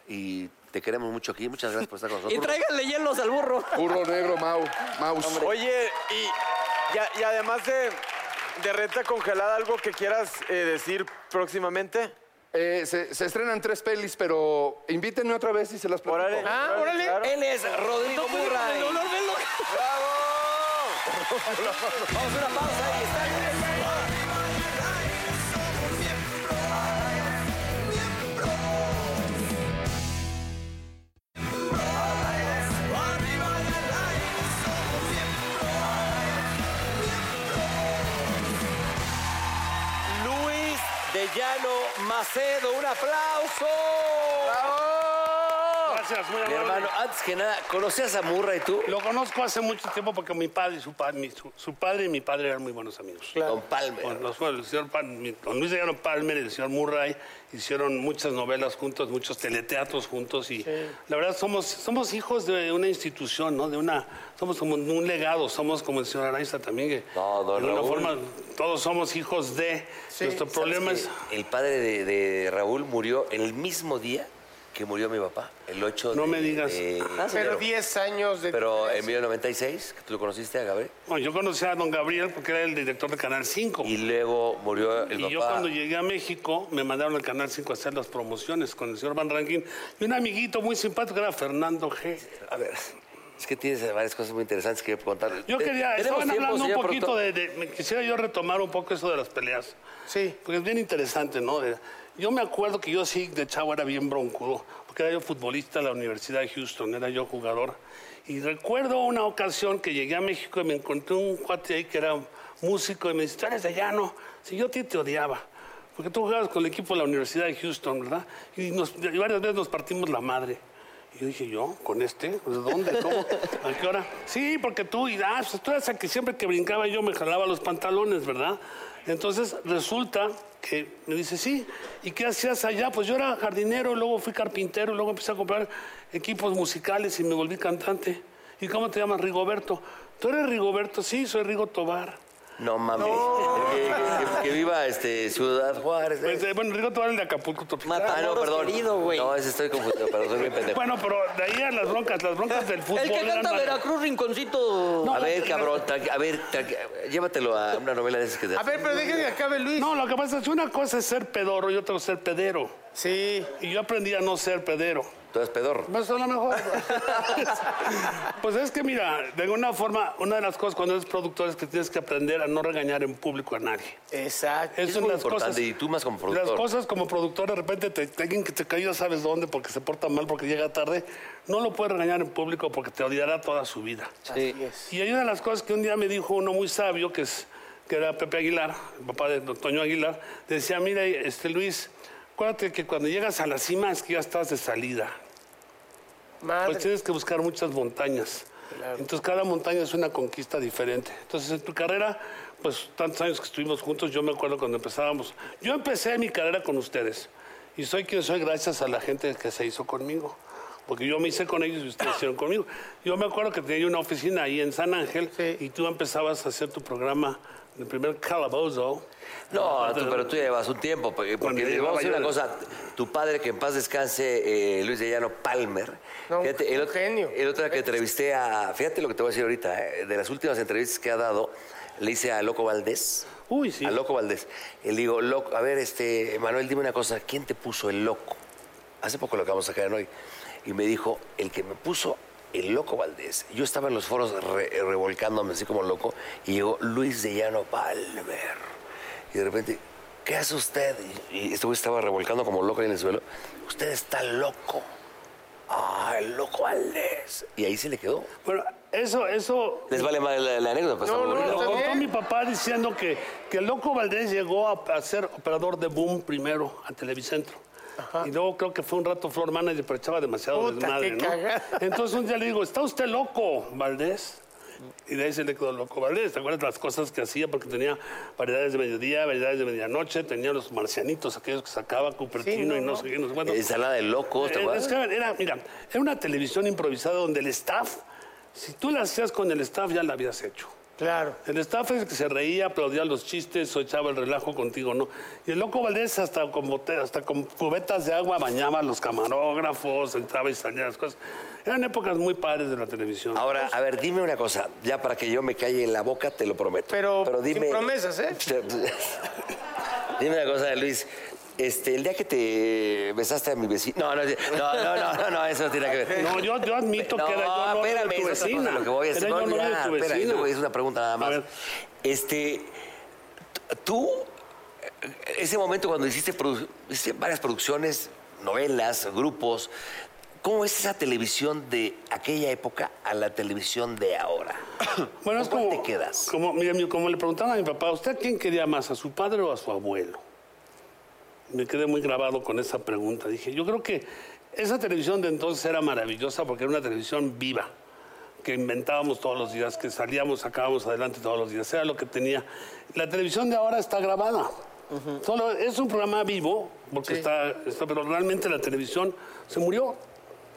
Speaker 2: Y te queremos mucho aquí. Muchas gracias por estar con
Speaker 4: Y
Speaker 2: nosotros.
Speaker 4: tráiganle hielos al burro.
Speaker 7: Burro negro, Mau. Maus.
Speaker 5: Oye, y, y a- y además de, de renta congelada, ¿algo que quieras eh, decir próximamente?
Speaker 7: Eh, se, se estrenan tres pelis, pero invítenme otra vez y se las platico.
Speaker 5: Órale.
Speaker 3: Ah, órale.
Speaker 5: claro.
Speaker 2: Él es Rodrigo Murray.
Speaker 5: ¡Bravo!
Speaker 2: Luis de Llano Macedo. ¡Un aplauso!
Speaker 6: Gracias, muy
Speaker 2: Mi
Speaker 6: amable.
Speaker 2: hermano, antes que nada, ¿conocías a Murray tú?
Speaker 6: Lo conozco hace mucho tiempo porque mi padre y su, pa- mi- su, su padre y mi padre eran muy buenos amigos.
Speaker 2: Don Palmer.
Speaker 6: Con los- con el señor Pal- mi- don Luis de Llano Palmer y el señor Murray hicieron muchas novelas juntos, muchos teleteatros juntos y la verdad somos, somos hijos de una institución, ¿no? De una, somos como un legado, somos como el señor Araiza también que
Speaker 2: No, don
Speaker 6: de alguna
Speaker 2: Raúl.
Speaker 6: forma todos somos hijos de. Nuestro problema es...
Speaker 2: El padre de, de Raúl murió el mismo día que murió mi papá, el 8
Speaker 6: No
Speaker 2: de-
Speaker 6: me digas.
Speaker 2: de
Speaker 3: Pero
Speaker 2: enero.
Speaker 3: 10 años de...
Speaker 2: Pero en 1996, que tú lo conociste a Gabriel,
Speaker 6: Bueno, yo conocí a don Gabriel porque era el director de Canal 5.
Speaker 2: y luego murió el
Speaker 6: Y
Speaker 2: papá.
Speaker 6: yo cuando llegué a México, me mandaron al Canal 5 a hacer las promociones con el señor Van Rankin y un amiguito muy simpático era Fernando G.
Speaker 2: A ver, es que tienes varias cosas muy interesantes que contar.
Speaker 6: Yo
Speaker 2: ¿Tenemos
Speaker 6: quería, estaban
Speaker 2: tiempo,
Speaker 6: hablando un
Speaker 2: señor
Speaker 6: poquito
Speaker 2: productor?
Speaker 6: de, de- me quisiera yo retomar un poco eso de las peleas.
Speaker 3: Sí.
Speaker 6: Porque es bien interesante, ¿no? De- yo me acuerdo que yo sí, de chavo, era bien broncudo, porque era yo futbolista en la Universidad de Houston, era yo jugador. Y recuerdo una ocasión que llegué a México y me encontré un cuate ahí que era músico y me dice, tú eres de llano, si yo a ti te odiaba. Porque tú jugabas con el equipo de la Universidad de Houston, ¿verdad? Y, nos- y varias veces nos partimos la madre. Y yo dije, ¿yo? ¿Con este? ¿De dónde? ¿Cómo? ¿A qué hora? Sí, porque tú, y, ah, pues, tú eras el que siempre que brincaba yo me jalaba los pantalones, ¿verdad? Entonces resulta que me dice, sí, ¿y qué hacías allá? Pues yo era jardinero, luego fui carpintero, luego empecé a comprar equipos musicales y me volví cantante. ¿Y cómo te llamas? Rigoberto. ¿Tú eres Rigoberto? Sí, soy Rigo Tobar.
Speaker 2: No mames. Que, que- que viva este, Ciudad Juárez. ¿eh?
Speaker 6: Pues, eh, bueno, Rigo Tobar es el de Acapulco Tropical.
Speaker 2: Ah, no,
Speaker 4: Moros
Speaker 2: perdón.
Speaker 4: querido, güey.
Speaker 2: no, ese estoy confundido, pero soy bien pendejo.
Speaker 6: Bueno, pero de ahí a las broncas, las broncas del fútbol.
Speaker 4: El que
Speaker 6: eran
Speaker 4: canta
Speaker 6: más-
Speaker 4: Veracruz, Rinconcito.
Speaker 2: a ver, cabrón, tranqui- a ver, tranqui- llévatelo a una novela de esas que te...
Speaker 3: A ver, pero dejen que acabe Luis.
Speaker 6: No, lo que pasa es que una cosa es ser pedorro y otra es ser pedero.
Speaker 3: Sí.
Speaker 6: Y yo aprendí a no ser pedero.
Speaker 2: Tú eres pedorro.
Speaker 6: Pues a lo mejor. pues es que mira, de alguna forma, una de las cosas cuando eres productor es que tienes que aprender a no regañar en público a nadie.
Speaker 3: Exacto.
Speaker 6: Eso
Speaker 2: Es muy importante, y tú más como productor.
Speaker 6: Las cosas como productor, de repente te, alguien que te cayó ya sabes dónde porque se porta mal, porque llega tarde, no lo puedes regañar en público porque te odiará toda su vida. Y hay una de las cosas que un día me dijo uno muy sabio, que, es, que era Pepe Aguilar, el papá de don Toño Aguilar, decía, mira, este Luis, acuérdate que cuando llegas a la cima es que ya estás de salida.
Speaker 3: Madre.
Speaker 6: Pues tienes que buscar muchas montañas. Entonces cada montaña es una conquista diferente. Entonces en tu carrera, pues tantos años que estuvimos juntos, yo me acuerdo cuando empezábamos. Yo empecé mi carrera con ustedes y soy quien soy gracias a la gente que se hizo conmigo. porque yo me hice con ellos y ustedes hicieron conmigo. Yo me acuerdo que tenía yo una oficina ahí en San Ángel y tú empezabas a hacer tu programa, el primer calabozo.
Speaker 2: No, tú- pero tú ya llevas un tiempo, porque porque
Speaker 6: Cuando
Speaker 2: vamos a decir
Speaker 6: llevaba
Speaker 2: una
Speaker 6: yo-
Speaker 2: cosa, tu padre, que en paz descanse, eh, Luis de Llano Palmer,
Speaker 3: No, un
Speaker 2: el, ot-
Speaker 3: genio.
Speaker 2: el otro que entrevisté a, fíjate lo que te voy a decir ahorita, eh, de las últimas entrevistas que ha dado, le hice a Loco Valdés,
Speaker 6: Uy, sí.
Speaker 2: a Loco Valdés, y le digo, loco, a ver, este, Manuel, dime una cosa, ¿quién te puso el loco? Hace poco lo acabamos de sacar en hoy, y me dijo, el que me puso... El loco Valdés. Yo estaba en los foros re- eh, revolcándome así como loco y llegó Luis de Llano Palmer. Y de repente, ¿qué hace usted? Y, y este güey estaba revolcando como loco ahí en el suelo. Usted está loco. Ah, el loco Valdés. Y ahí se le quedó.
Speaker 6: Bueno, eso, eso
Speaker 2: Les vale más la, la anécdota, pues,
Speaker 3: No,
Speaker 2: está
Speaker 3: no,
Speaker 2: aburrido.
Speaker 6: Lo
Speaker 3: está
Speaker 6: contó
Speaker 3: bien.
Speaker 6: mi papá diciendo que, que el Loco Valdés llegó a, a ser operador de boom primero a Televicentro. Y luego creo que fue un rato floor manager, pero echaba demasiado
Speaker 3: Puta,
Speaker 6: desmadre,
Speaker 3: qué
Speaker 6: ¿no?
Speaker 3: cagada.
Speaker 6: Entonces un día le digo, ¿está usted loco, Valdés? Y de ahí se le quedó loco Valdés. ¿Te acuerdas las cosas que hacía? Porque tenía variedades de mediodía, variedades de medianoche, tenía los marcianitos, aquellos que sacaba Cupertino
Speaker 3: Sí, no,
Speaker 6: y no,
Speaker 3: no.
Speaker 6: sé qué, no sé cuánto.
Speaker 2: ¿Eh? Ensalada de locos, ¿te
Speaker 6: Eh,
Speaker 2: acuerdas?
Speaker 6: es que, a ver, era, mira, era una televisión improvisada donde el staff, si tú la hacías con el staff, ya la habías hecho.
Speaker 3: Claro.
Speaker 6: El staff es el que se reía, aplaudía los chistes o echaba el relajo contigo, ¿no? Y el loco Valdés hasta con, bote- hasta con cubetas de agua bañaba a los camarógrafos, entraba y salía las cosas. Eran épocas muy padres de la televisión.
Speaker 2: Ahora, a ver, dime una cosa. Ya para que yo me calle en la boca, te lo prometo.
Speaker 3: Pero sin promesas, ¿eh?
Speaker 2: dime una cosa, Luis. Este, el día que te besaste a mi vecino. No, no, no, no, no, no, no, eso no tiene que ver.
Speaker 6: No, yo, yo admito
Speaker 2: No,
Speaker 6: que era yo novio
Speaker 2: espérame,
Speaker 6: de tu
Speaker 2: es otra cosa
Speaker 6: vecina.
Speaker 2: Lo que voy a
Speaker 6: Era
Speaker 2: decir,
Speaker 6: yo
Speaker 2: no,
Speaker 6: novio de
Speaker 2: ya,
Speaker 6: tu
Speaker 2: espera,
Speaker 6: vecina.
Speaker 2: yo voy a hacer una pregunta nada
Speaker 6: A
Speaker 2: más.
Speaker 6: ver.
Speaker 2: Este, t- tú, eh, ese momento cuando hiciste, produ- hiciste varias producciones, novelas, grupos, ¿cómo es esa televisión de aquella época a la televisión de ahora?
Speaker 6: Bueno, es
Speaker 2: ¿Con
Speaker 6: como,
Speaker 2: cuál te quedas?
Speaker 6: Como, mira, mi- como le preguntaron a mi papá, ¿usted a quién quería más, a su padre o a su abuelo? Me quedé muy grabado con esa pregunta. Dije, yo creo que esa televisión de entonces era maravillosa porque era una televisión viva, que inventábamos todos los días, que salíamos, sacábamos adelante todos los días. Era lo que tenía. La televisión de ahora está grabada. Solo es un programa vivo, porque está, está, pero realmente la televisión se murió.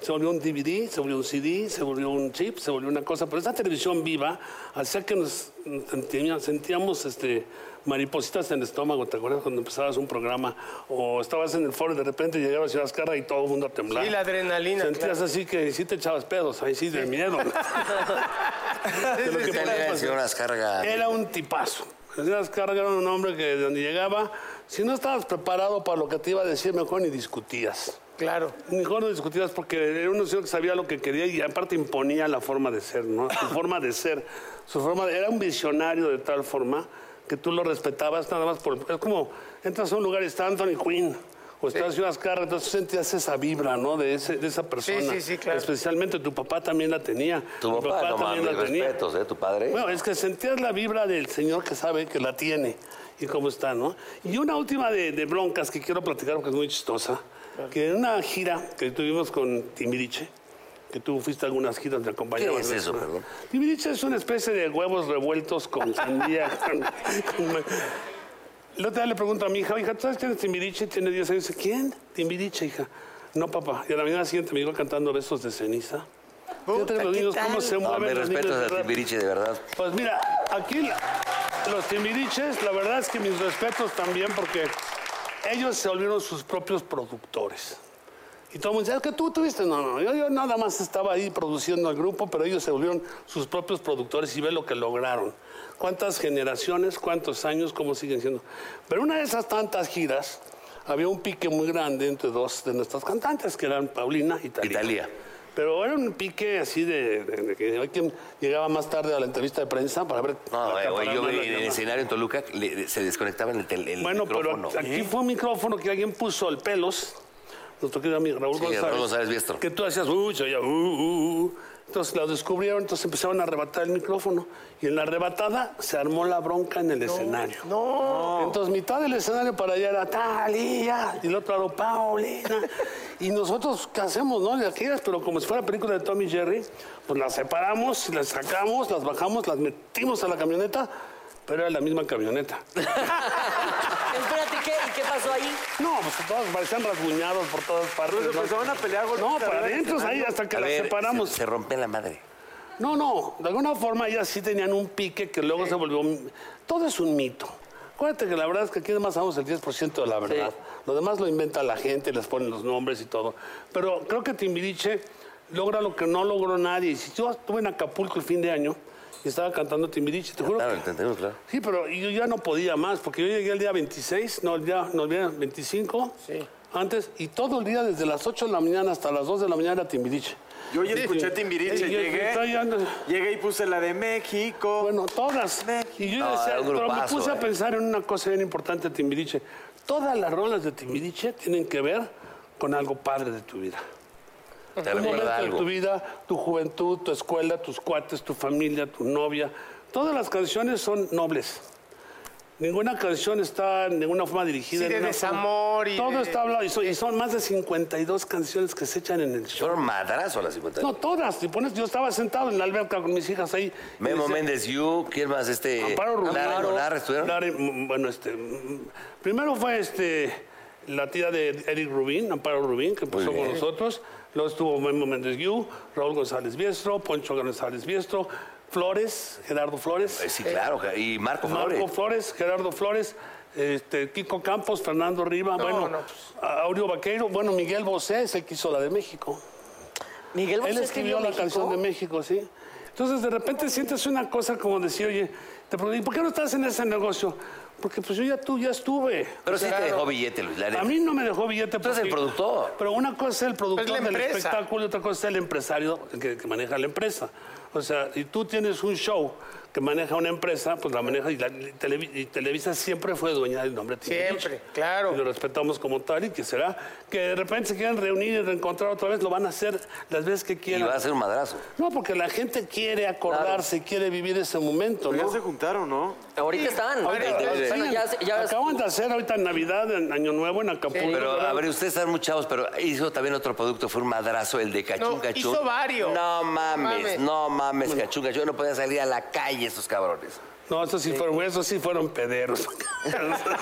Speaker 6: Se volvió un DVD, se volvió un CD, se volvió un chip, se volvió una cosa. Pero esa televisión viva hacía que nos sentíamos, sentíamos, este, maripositas en el estómago. ¿Te acuerdas cuando empezabas un programa? O estabas en el foro y de repente llegaba a Ciudad Azcarra y todo el mundo a temblar.
Speaker 3: Sí, la adrenalina,
Speaker 6: Sentías
Speaker 3: claro.
Speaker 6: así que sí te echabas pedos, ahí sí de miedo. De lo que
Speaker 3: Sí,
Speaker 6: podía
Speaker 2: Era
Speaker 6: pasar.
Speaker 2: unas cargas.
Speaker 6: Era un tipazo. Las cargas era un hombre que donde llegaba, si no estabas preparado para lo que te iba a decir, mejor ni discutías.
Speaker 3: Claro.
Speaker 6: Mejor no discutías porque era un señor que sabía lo que quería y aparte imponía la forma de ser, ¿no? Su forma de ser. Su forma de- era un visionario de tal forma que tú lo respetabas nada más por... Es como, entras a un lugar y está Anthony Quinn o estás en unas carreras, entonces sentías esa vibra, ¿no? De, ese- de esa persona.
Speaker 3: sí, sí, claro.
Speaker 6: Especialmente tu papá también la tenía.
Speaker 2: Tu
Speaker 6: Mi
Speaker 2: papá, no mames, respetos, ¿eh? Tu padre.
Speaker 6: bueno, es que sentías la vibra del señor que sabe que la tiene y cómo está, ¿no? Y una última de, de broncas que quiero platicar porque es muy chistosa. Que en una gira que tuvimos con Timbiriche, que tú fuiste a algunas giras de acompañado.
Speaker 2: ¿Qué es eso, perdón?
Speaker 6: Timbiriche es una especie de huevos revueltos con sandía. con- con- El otro día le pregunto a mi hija, hija, ¿tú sabes quién es Timbiriche? Tiene 10 años. Dice, ¿Quién? Timbiriche, hija. No, papá. Y a la mañana siguiente me llegó cantando Besos de Ceniza. Fíjate que los niños, ¿cómo se
Speaker 2: No,
Speaker 6: mueven?
Speaker 2: me
Speaker 6: los niños,
Speaker 2: respeto a
Speaker 6: ¿verdad?
Speaker 2: Timbiriche, de verdad.
Speaker 6: Pues mira, aquí la- los timbiriches, la verdad es que mis respetos también porque ellos se volvieron sus propios productores. Y todo el mundo decía, "Es que tú tuviste. No, no, yo, yo nada más estaba ahí produciendo al grupo, pero ellos se volvieron sus propios productores y ve lo que lograron. Cuántas generaciones, cuántos años, cómo siguen siendo. Pero una de esas tantas giras, había un pique muy grande entre dos de nuestras cantantes, que eran Paulina y Talía.
Speaker 2: Talía.
Speaker 6: Pero era un pique así Eh, de, de- de que hay quien llegaba más tarde a la entrevista de prensa para ver.
Speaker 2: No,
Speaker 6: para
Speaker 2: eh, güey,
Speaker 6: acaparar
Speaker 2: yo
Speaker 6: más
Speaker 2: vi
Speaker 6: la
Speaker 2: en el
Speaker 6: llamada.
Speaker 2: escenario en Toluca le- se desconectaba en el, tel- el
Speaker 6: Bueno,
Speaker 2: micrófono. ¿Eh?
Speaker 6: pero aquí fue un micrófono que alguien puso al pelos. Nuestro querido amigo Raúl
Speaker 2: Sí,
Speaker 6: González.
Speaker 2: Raúl González Biestro.
Speaker 6: Que tú hacías, uy, yo, uh, uh, uh. Entonces lo descubrieron, entonces empezaron a arrebatar el micrófono. Y en la arrebatada se armó la bronca en el escenario. No. Entonces mitad del escenario para allá era Talía y el otro lado Paulina. y nosotros, ¿qué hacemos, no? De aquellas, pero como si fuera película de Tommy Jerry, pues las separamos, las sacamos, las bajamos, las metimos a la camioneta, pero era la misma camioneta.
Speaker 4: Espérate, qué? ¿Y qué pasó ahí?
Speaker 6: No, pues todos parecían rasguñados por todas partes.
Speaker 5: Entonces
Speaker 6: ¿no?
Speaker 5: empezaron a pelear golpes
Speaker 6: No,
Speaker 5: arriba
Speaker 6: para
Speaker 5: del
Speaker 6: adentro, ahí
Speaker 5: escenario.
Speaker 6: hasta que
Speaker 2: A
Speaker 6: las
Speaker 2: ver,
Speaker 6: separamos.
Speaker 2: Se, se rompe la madre.
Speaker 6: No, no, de alguna forma ellas sí tenían un pique que luego se volvió... un- Todo es un mito. Acuérdate que la verdad es que aquí además damos el 10% de la verdad.
Speaker 4: Eh,
Speaker 6: Lo demás lo inventa la gente, les ponen los nombres y todo. Pero creo que Timbiriche logra lo que no logró nadie. Y Si yo estuve en Acapulco el fin de año y estaba cantando Timbiriche, te juro
Speaker 2: Claro,
Speaker 6: que-
Speaker 2: entendemos, claro.
Speaker 6: Sí, pero yo ya no podía más, porque yo llegué el día 26, no, el día, no, el día 25, antes, y todo el día, desde las 8 de la mañana hasta las 2 de la mañana, Timbiriche.
Speaker 5: Yo ya escuché Timbiriche,
Speaker 6: Y- y-
Speaker 5: llegué,
Speaker 6: y- y- ando-
Speaker 5: llegué y puse la de México.
Speaker 6: Bueno, todas. Y yo
Speaker 2: No,
Speaker 6: decía,
Speaker 2: era un
Speaker 6: pero me
Speaker 2: grupazo,
Speaker 6: puse
Speaker 2: eh.
Speaker 6: a pensar en una cosa bien importante de Timbiriche. Todas las rolas de Timbiriche tienen que ver con algo padre de tu vida.
Speaker 2: Te
Speaker 6: Un momento
Speaker 2: recuerda
Speaker 6: de tu
Speaker 2: algo.
Speaker 6: vida, tu juventud, tu escuela, tus cuates, tu familia, tu novia. Todas las canciones son nobles. Ninguna canción está de ninguna forma dirigida.
Speaker 3: Sí, de
Speaker 6: ninguna forma-
Speaker 3: desamor y
Speaker 6: Todo
Speaker 3: de-
Speaker 6: está hablado. Y son, y son más de 52 canciones que se echan en el show.
Speaker 2: Fueron madrazo las 50.
Speaker 6: No, todas. Si pones, yo estaba sentado en la alberca con mis hijas ahí. y
Speaker 2: Memo
Speaker 6: decía,
Speaker 2: Méndez, you, ¿quién más? Este,
Speaker 6: Amparo
Speaker 2: Lara
Speaker 6: Rubio.
Speaker 2: Lara, ¿estuvieron?
Speaker 6: Lara, mm, bueno, este. mm, Primero fue este. La tía de Eric Rubín, Amparo Rubín, que empezó con nosotros. Luego estuvo Memo Méndez Guiú, Raúl González Biestro, Poncho González Biestro, Flores, Gerardo Flores.
Speaker 2: Eh, Sí, claro. Y Marco Flores.
Speaker 6: Marco Flores, Gerardo Flores, este, Kiko Campos, Fernando Riva, bueno,
Speaker 2: pues.
Speaker 6: a- Aureo Vaqueiro, bueno, Miguel Bosé es el que hizo la de México.
Speaker 4: Miguel
Speaker 6: Él
Speaker 4: Bosé
Speaker 6: escribió la
Speaker 4: México.
Speaker 6: canción de México, ¿sí? Entonces de repente sientes una cosa como decir, oye, te pregunto, ¿y por qué no estás en ese negocio? Porque pues yo ya tú ya estuve.
Speaker 2: Pero sí te dejó billete, Luis. La neta.
Speaker 6: A mí no me dejó billete.
Speaker 2: Tú eres el productor.
Speaker 6: Pero una cosa es el productor
Speaker 3: Es la
Speaker 6: del
Speaker 3: empresa.
Speaker 6: espectáculo y otra cosa es el empresario que, que maneja la empresa. O sea, y tú tienes un show que maneja una empresa, pues la maneja y, la- y Televi- y Televisa siempre fue dueña del nombre. de Timbiriche.
Speaker 3: Siempre, claro.
Speaker 6: Y lo respetamos como tal y que será que de repente se quieran reunir y reencontrar otra vez, lo van a hacer las veces que
Speaker 2: Y
Speaker 6: quieran.
Speaker 2: va a ser un madrazo.
Speaker 6: No, porque la gente quiere acordarse, quiere vivir ese momento,
Speaker 5: Pero
Speaker 6: ¿no?
Speaker 5: ya se juntaron, ¿no?
Speaker 4: Ahorita están.
Speaker 6: Ahorita-
Speaker 4: Ahorita-
Speaker 6: ahorita-
Speaker 4: bueno, ya, ya-
Speaker 6: Acaban de hacer ahorita en Navidad, en Año Nuevo, en Acapulco.
Speaker 2: Pero,
Speaker 6: ¿verdad?
Speaker 2: a ver, ustedes están muy chavos, pero hizo también otro producto, fue un madrazo, el de Cachún
Speaker 3: No,
Speaker 2: Cachún.
Speaker 3: hizo varios.
Speaker 2: No mames,
Speaker 3: Mames.
Speaker 2: no mames, Cachún Cachún. No podían salir a la calle esos cabrones.
Speaker 6: No, esos sí fueron, esos sí fueron pederos.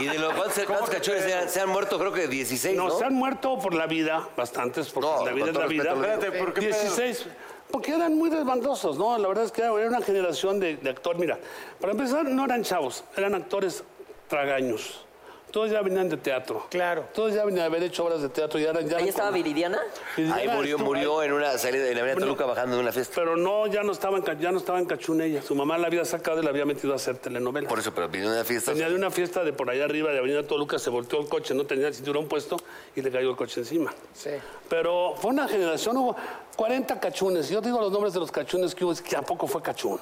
Speaker 2: Y de los cuántos, cuántos cachunes se han, se han muerto, creo que 16, ¿no?
Speaker 6: No, se han muerto por la vida, bastantes, porque
Speaker 2: No,
Speaker 6: la vida
Speaker 2: con
Speaker 6: es
Speaker 2: todo
Speaker 6: la
Speaker 2: respeto
Speaker 6: vida.
Speaker 2: lo digo.
Speaker 5: Espérate, ¿por qué pederos?
Speaker 6: 16. Porque eran muy desbandosos, ¿no? La verdad es que era una generación de, de actor. Mira, para empezar, no eran chavos, eran actores tragaños. Todos ya venían de teatro.
Speaker 3: Claro.
Speaker 6: Todos ya venían a haber hecho obras de teatro y eran ya.
Speaker 4: ahí estaba
Speaker 6: Viridiana.
Speaker 4: Viridiana.
Speaker 2: Ahí murió,
Speaker 6: estuvo-
Speaker 2: murió en una salida de la Avenida
Speaker 6: Bueno.
Speaker 2: Toluca bajando de una fiesta.
Speaker 6: Pero no, ya no estaba en, Ca- ya no estaba en Cachún ella. Su mamá la había sacado y la había metido a hacer telenovela.
Speaker 2: Por eso, pero vino de una fiesta.
Speaker 6: Venía de una fiesta de por allá arriba de Avenida Toluca, se volteó el coche, no tenía el cinturón puesto y le cayó el coche encima.
Speaker 3: Sí.
Speaker 6: Pero fue una generación, hubo 40 cachunes. Yo digo los nombres de los cachunes que hubo, es que a poco fue cachún.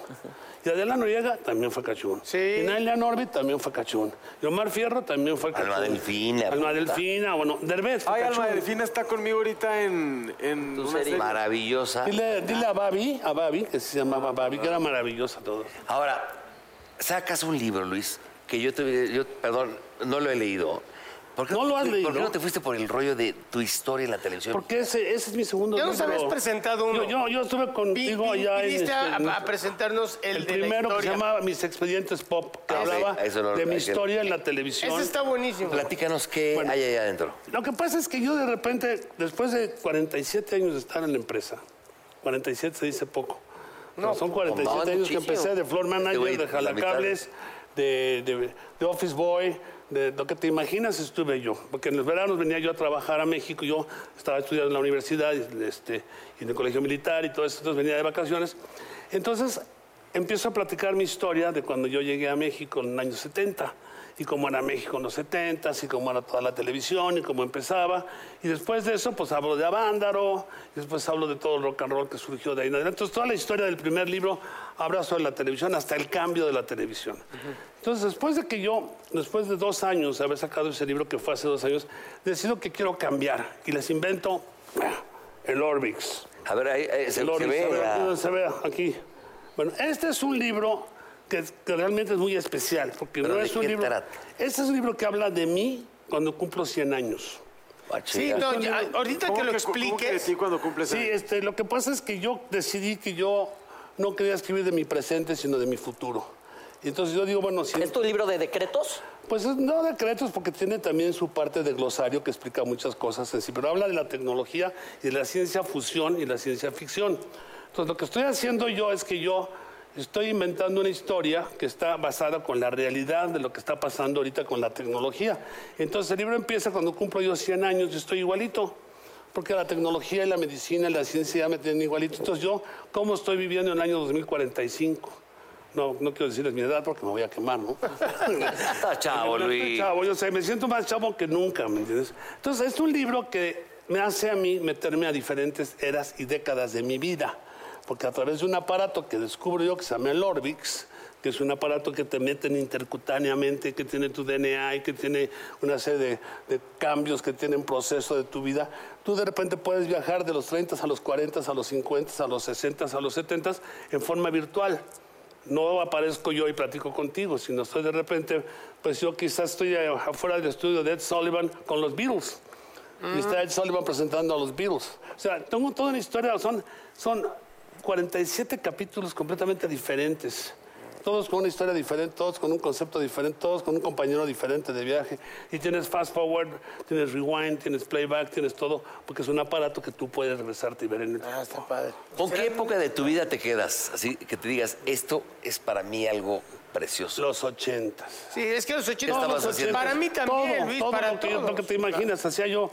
Speaker 6: Y Adela Noriega también fue cachún.
Speaker 3: Sí.
Speaker 6: Y Naila Norby también fue cachún. Y Omar Fierro también fue cachún.
Speaker 2: Alma Delfina,
Speaker 6: Alma
Speaker 2: puta.
Speaker 6: Delfina, bueno, Derbez fue
Speaker 5: Ay,
Speaker 6: cachún.
Speaker 5: Alma Delfina está conmigo ahorita en, en una serie.
Speaker 2: Maravillosa.
Speaker 6: Dile, dile a Babi, a Babi, que se llamaba Babi, que era maravillosa todo.
Speaker 2: Ahora, sacas un libro, Luis, que yo te. Yo, perdón, no lo he leído. ¿Por qué
Speaker 6: No lo has
Speaker 2: ¿por
Speaker 6: leído?
Speaker 2: qué no te fuiste por el rollo de tu historia en la televisión?
Speaker 6: Porque ese, ese es mi segundo
Speaker 3: Ya
Speaker 6: libro.
Speaker 3: nos habías presentado uno.
Speaker 6: Yo, yo, yo estuve contigo
Speaker 3: Vi- vi-
Speaker 6: allá en
Speaker 3: viniste a,
Speaker 6: este-
Speaker 3: a- a presentarnos el,
Speaker 6: El
Speaker 3: de la
Speaker 6: primero que se
Speaker 3: historia.
Speaker 6: llamaba Mis Expedientes Pop, que
Speaker 2: Ah, sí,
Speaker 6: hablaba
Speaker 2: eso no-
Speaker 6: de mi
Speaker 2: hay que-
Speaker 6: historia en la televisión.
Speaker 3: Ese está buenísimo.
Speaker 2: Platícanos qué
Speaker 6: Bueno.
Speaker 2: hay allá adentro.
Speaker 6: Lo que pasa es que yo de repente, después de 47 años de estar en la empresa, 47 se dice poco. No, son 47
Speaker 2: no, es
Speaker 6: años que
Speaker 2: muchísimo. Este
Speaker 6: empecé de floor manager,
Speaker 2: güey,
Speaker 6: de
Speaker 2: la
Speaker 6: jalacables, de, de- de office boy, de lo que te imaginas estuve yo. Porque en los veranos venía yo a trabajar a México, yo estaba estudiando en la universidad y, este, y en el colegio militar y todo eso, entonces venía de vacaciones. Entonces empiezo a platicar mi historia de cuando yo llegué a México en el año 70 y cómo era México en los 70 y cómo era toda la televisión y cómo empezaba. Y después de eso, pues hablo de Avándaro, y después hablo de todo el rock and roll que surgió de ahí en adelante. Entonces, toda la historia del primer libro habla sobre la televisión, hasta el cambio de la televisión. Entonces, después de que yo, después de dos años de haber sacado ese libro que fue hace dos años, decido que quiero cambiar y les invento el Orbix.
Speaker 2: A ver, ahí, ahí se,
Speaker 6: El
Speaker 2: se
Speaker 6: Orbix,
Speaker 2: ve.
Speaker 6: a ver,
Speaker 2: la-
Speaker 6: aquí donde se ve, aquí. Bueno, este es un libro que, que realmente es muy especial, porque
Speaker 2: ¿Pero
Speaker 6: no
Speaker 2: de
Speaker 6: es un
Speaker 2: qué
Speaker 6: libro...
Speaker 2: trata?
Speaker 6: Este es un libro que habla de mí cuando cumplo 100 años.
Speaker 2: Ah,
Speaker 3: Sí,
Speaker 2: chinga.
Speaker 3: no, ya, ahorita
Speaker 5: ¿Cómo
Speaker 3: que lo
Speaker 5: cu- cómo que
Speaker 3: expliques.
Speaker 5: sí cuando cumples
Speaker 6: Sí,
Speaker 5: años?
Speaker 6: este, lo que pasa es que yo decidí que yo no quería escribir de mi presente, sino de mi futuro. Y entonces yo digo, bueno, si...
Speaker 4: ¿Es tu libro de decretos?
Speaker 6: Pues no decretos, porque tiene también su parte de glosario que explica muchas cosas en sí, pero habla de la tecnología y de la ciencia fusión y la ciencia ficción. Entonces, lo que estoy haciendo yo es que yo estoy inventando una historia que está basada con la realidad de lo que está pasando ahorita con la tecnología. Entonces, el libro empieza cuando cumplo yo 100 años y estoy igualito. Porque la tecnología y la medicina y la ciencia ya me tienen igualito. Entonces, yo, ¿cómo estoy viviendo en el año 2045? No, no quiero decirles mi edad porque me voy a quemar, ¿no?
Speaker 2: Está chavo,
Speaker 6: Yo
Speaker 2: Ah,
Speaker 6: estoy
Speaker 2: Luis.
Speaker 6: chavo, yo sé, me siento más chavo que nunca, ¿me entiendes? Entonces, es un libro que me hace a mí meterme a diferentes eras y décadas de mi vida. Porque a través de un aparato que descubro yo que se llama el Orbix, que es un aparato que te meten intercutáneamente, que tiene tu DNA y que tiene una serie de, de cambios que tienen proceso de tu vida, tú de repente puedes viajar de los 30 a los 40, a los 50, a los 60, a los 70 en forma virtual no aparezco yo y platico contigo, sino estoy de repente, pues yo quizás estoy eh, afuera del estudio de Ed Sullivan con los Beatles. Y está Ed Sullivan presentando a los Beatles. O sea, tengo toda una historia, son, son 47 capítulos completamente diferentes. Todos con una historia diferente, todos con un concepto diferente, todos con un compañero diferente de viaje. Y tienes fast forward, tienes rewind, tienes playback, tienes todo, porque es un aparato que tú puedes regresarte y ver en el
Speaker 3: Ah, está padre.
Speaker 2: ¿Con qué época de tu vida te quedas? Así que te digas, esto es para mí algo precioso.
Speaker 6: Los ochentas.
Speaker 3: Sí, es que los 80
Speaker 2: estabas haciendo?
Speaker 3: Para mí también,
Speaker 6: Todo,
Speaker 3: Luis,
Speaker 6: todo
Speaker 3: para
Speaker 6: lo que, lo
Speaker 3: todos.
Speaker 6: que te imaginas. Hacía yo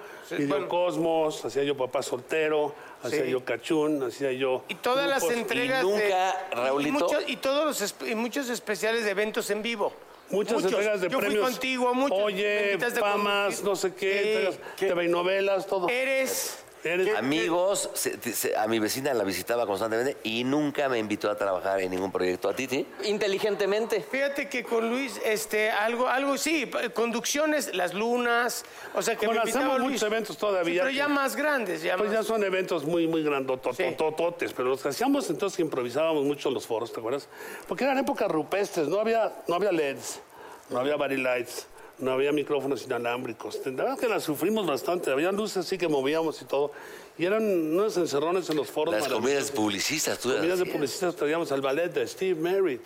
Speaker 6: Videocosmos, hacía yo Papá Soltero, hacía
Speaker 3: Sí.
Speaker 6: yo Cachún, hacía yo...
Speaker 3: Y todas las
Speaker 6: grupos.
Speaker 3: entregas.
Speaker 2: y nunca,
Speaker 3: de-
Speaker 2: Raulito.
Speaker 3: Y, muchos- y todos los espe- y muchos especiales de eventos en vivo.
Speaker 6: Muchas entregas de
Speaker 3: Yo
Speaker 6: premios.
Speaker 3: fui contigo, muchos. me
Speaker 6: Oye,
Speaker 3: invitaste a
Speaker 6: Pamas,
Speaker 3: conducir.
Speaker 6: no sé qué,
Speaker 3: Sí.
Speaker 6: entregas, TV y novelas, todo.
Speaker 3: Eres.
Speaker 6: Eres-
Speaker 2: Amigos, se- te- se- a mi vecina la visitaba constantemente y nunca me invitó a trabajar en ningún proyecto. ¿A ti, sí?
Speaker 4: Inteligentemente.
Speaker 3: Fíjate que con Luis, este, algo, algo, sí, pa- conducciones, las lunas, o sea que
Speaker 6: Bueno,
Speaker 3: me invitaba
Speaker 6: hacemos
Speaker 3: Luis.
Speaker 6: muchos eventos todavía,
Speaker 3: Sí, pero
Speaker 6: que-
Speaker 3: ya más grandes, ya
Speaker 6: Pues
Speaker 3: más-
Speaker 6: ya son eventos muy, muy grandototototes, pero los que hacíamos entonces que improvisábamos mucho los foros, ¿te acuerdas? Porque eran épocas rupestres, no había, no había LEDs, no había body lights, no había micrófonos inalámbricos. La verdad que las sufrimos bastante, había luces así que movíamos y todo. Y eran unos encerrones en los foros.
Speaker 2: Las
Speaker 6: maravillosos.
Speaker 2: comidas publicistas, tú
Speaker 6: Comidas de
Speaker 2: hacías.
Speaker 6: publicistas traíamos al ballet de Steve Merritt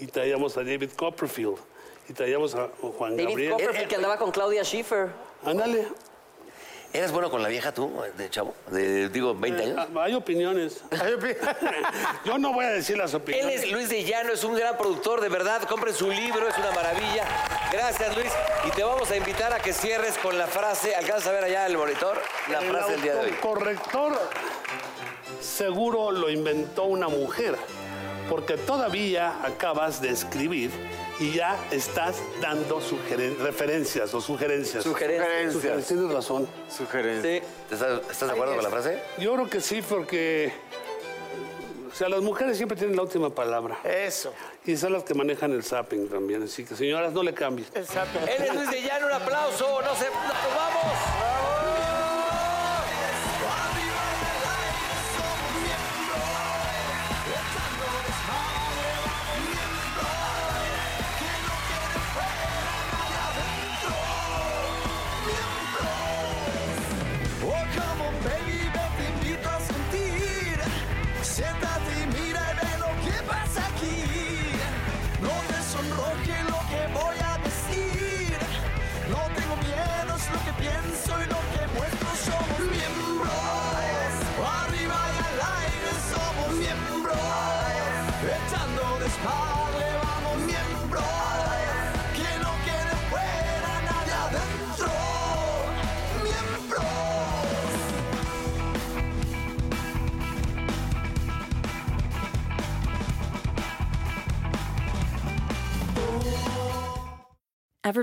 Speaker 6: y traíamos a David Copperfield y traíamos a Juan
Speaker 4: David
Speaker 6: Gabriel. Eh,
Speaker 4: Copperfield que andaba con Claudia Schiffer.
Speaker 6: Ándale.
Speaker 2: ¿Eras bueno con la vieja tú, de chavo? De, digo, 20 años.
Speaker 6: Ah, Hay opiniones. Yo no voy a decir las
Speaker 2: Él
Speaker 6: opiniones.
Speaker 2: es Luis de Llano, es un gran productor, de verdad. Compren su libro, es una maravilla. Gracias, Luis. Y te vamos a invitar a que cierres con la frase. ¿Alcanza a ver allá en el monitor? La
Speaker 6: El
Speaker 2: frase del día de hoy.
Speaker 6: autocorrector seguro lo inventó una mujer, porque todavía acabas de escribir y ya estás dando sugeren- referencias o sugerencias.
Speaker 4: Sugerencias.
Speaker 6: Sugerencias, Tienes razón.
Speaker 8: Sugerencia.
Speaker 2: ¿Te ¿Estás, estás de acuerdo con la frase?
Speaker 6: Yo creo que sí, porque o sea, las mujeres siempre tienen la última palabra
Speaker 3: Eso.
Speaker 6: y son las que manejan el zapping también, así que señoras no le cambien.
Speaker 3: Exacto.
Speaker 2: Él es Luis de Llano, un aplauso. No se... ¡Nos vamos!
Speaker 5: Oh, come on, baby, yo te invito a sentir. Siéntate y mira y ve lo que pasa aquí. No te sonroje lo que voy a decir. No tengo miedo, es lo que pienso y lo que muestro. Somos miembros. Arriba y al aire somos miembros. Echando desmadre vamos miembros. Que no quede fuera nadie adentro. Miembros.
Speaker 9: Ever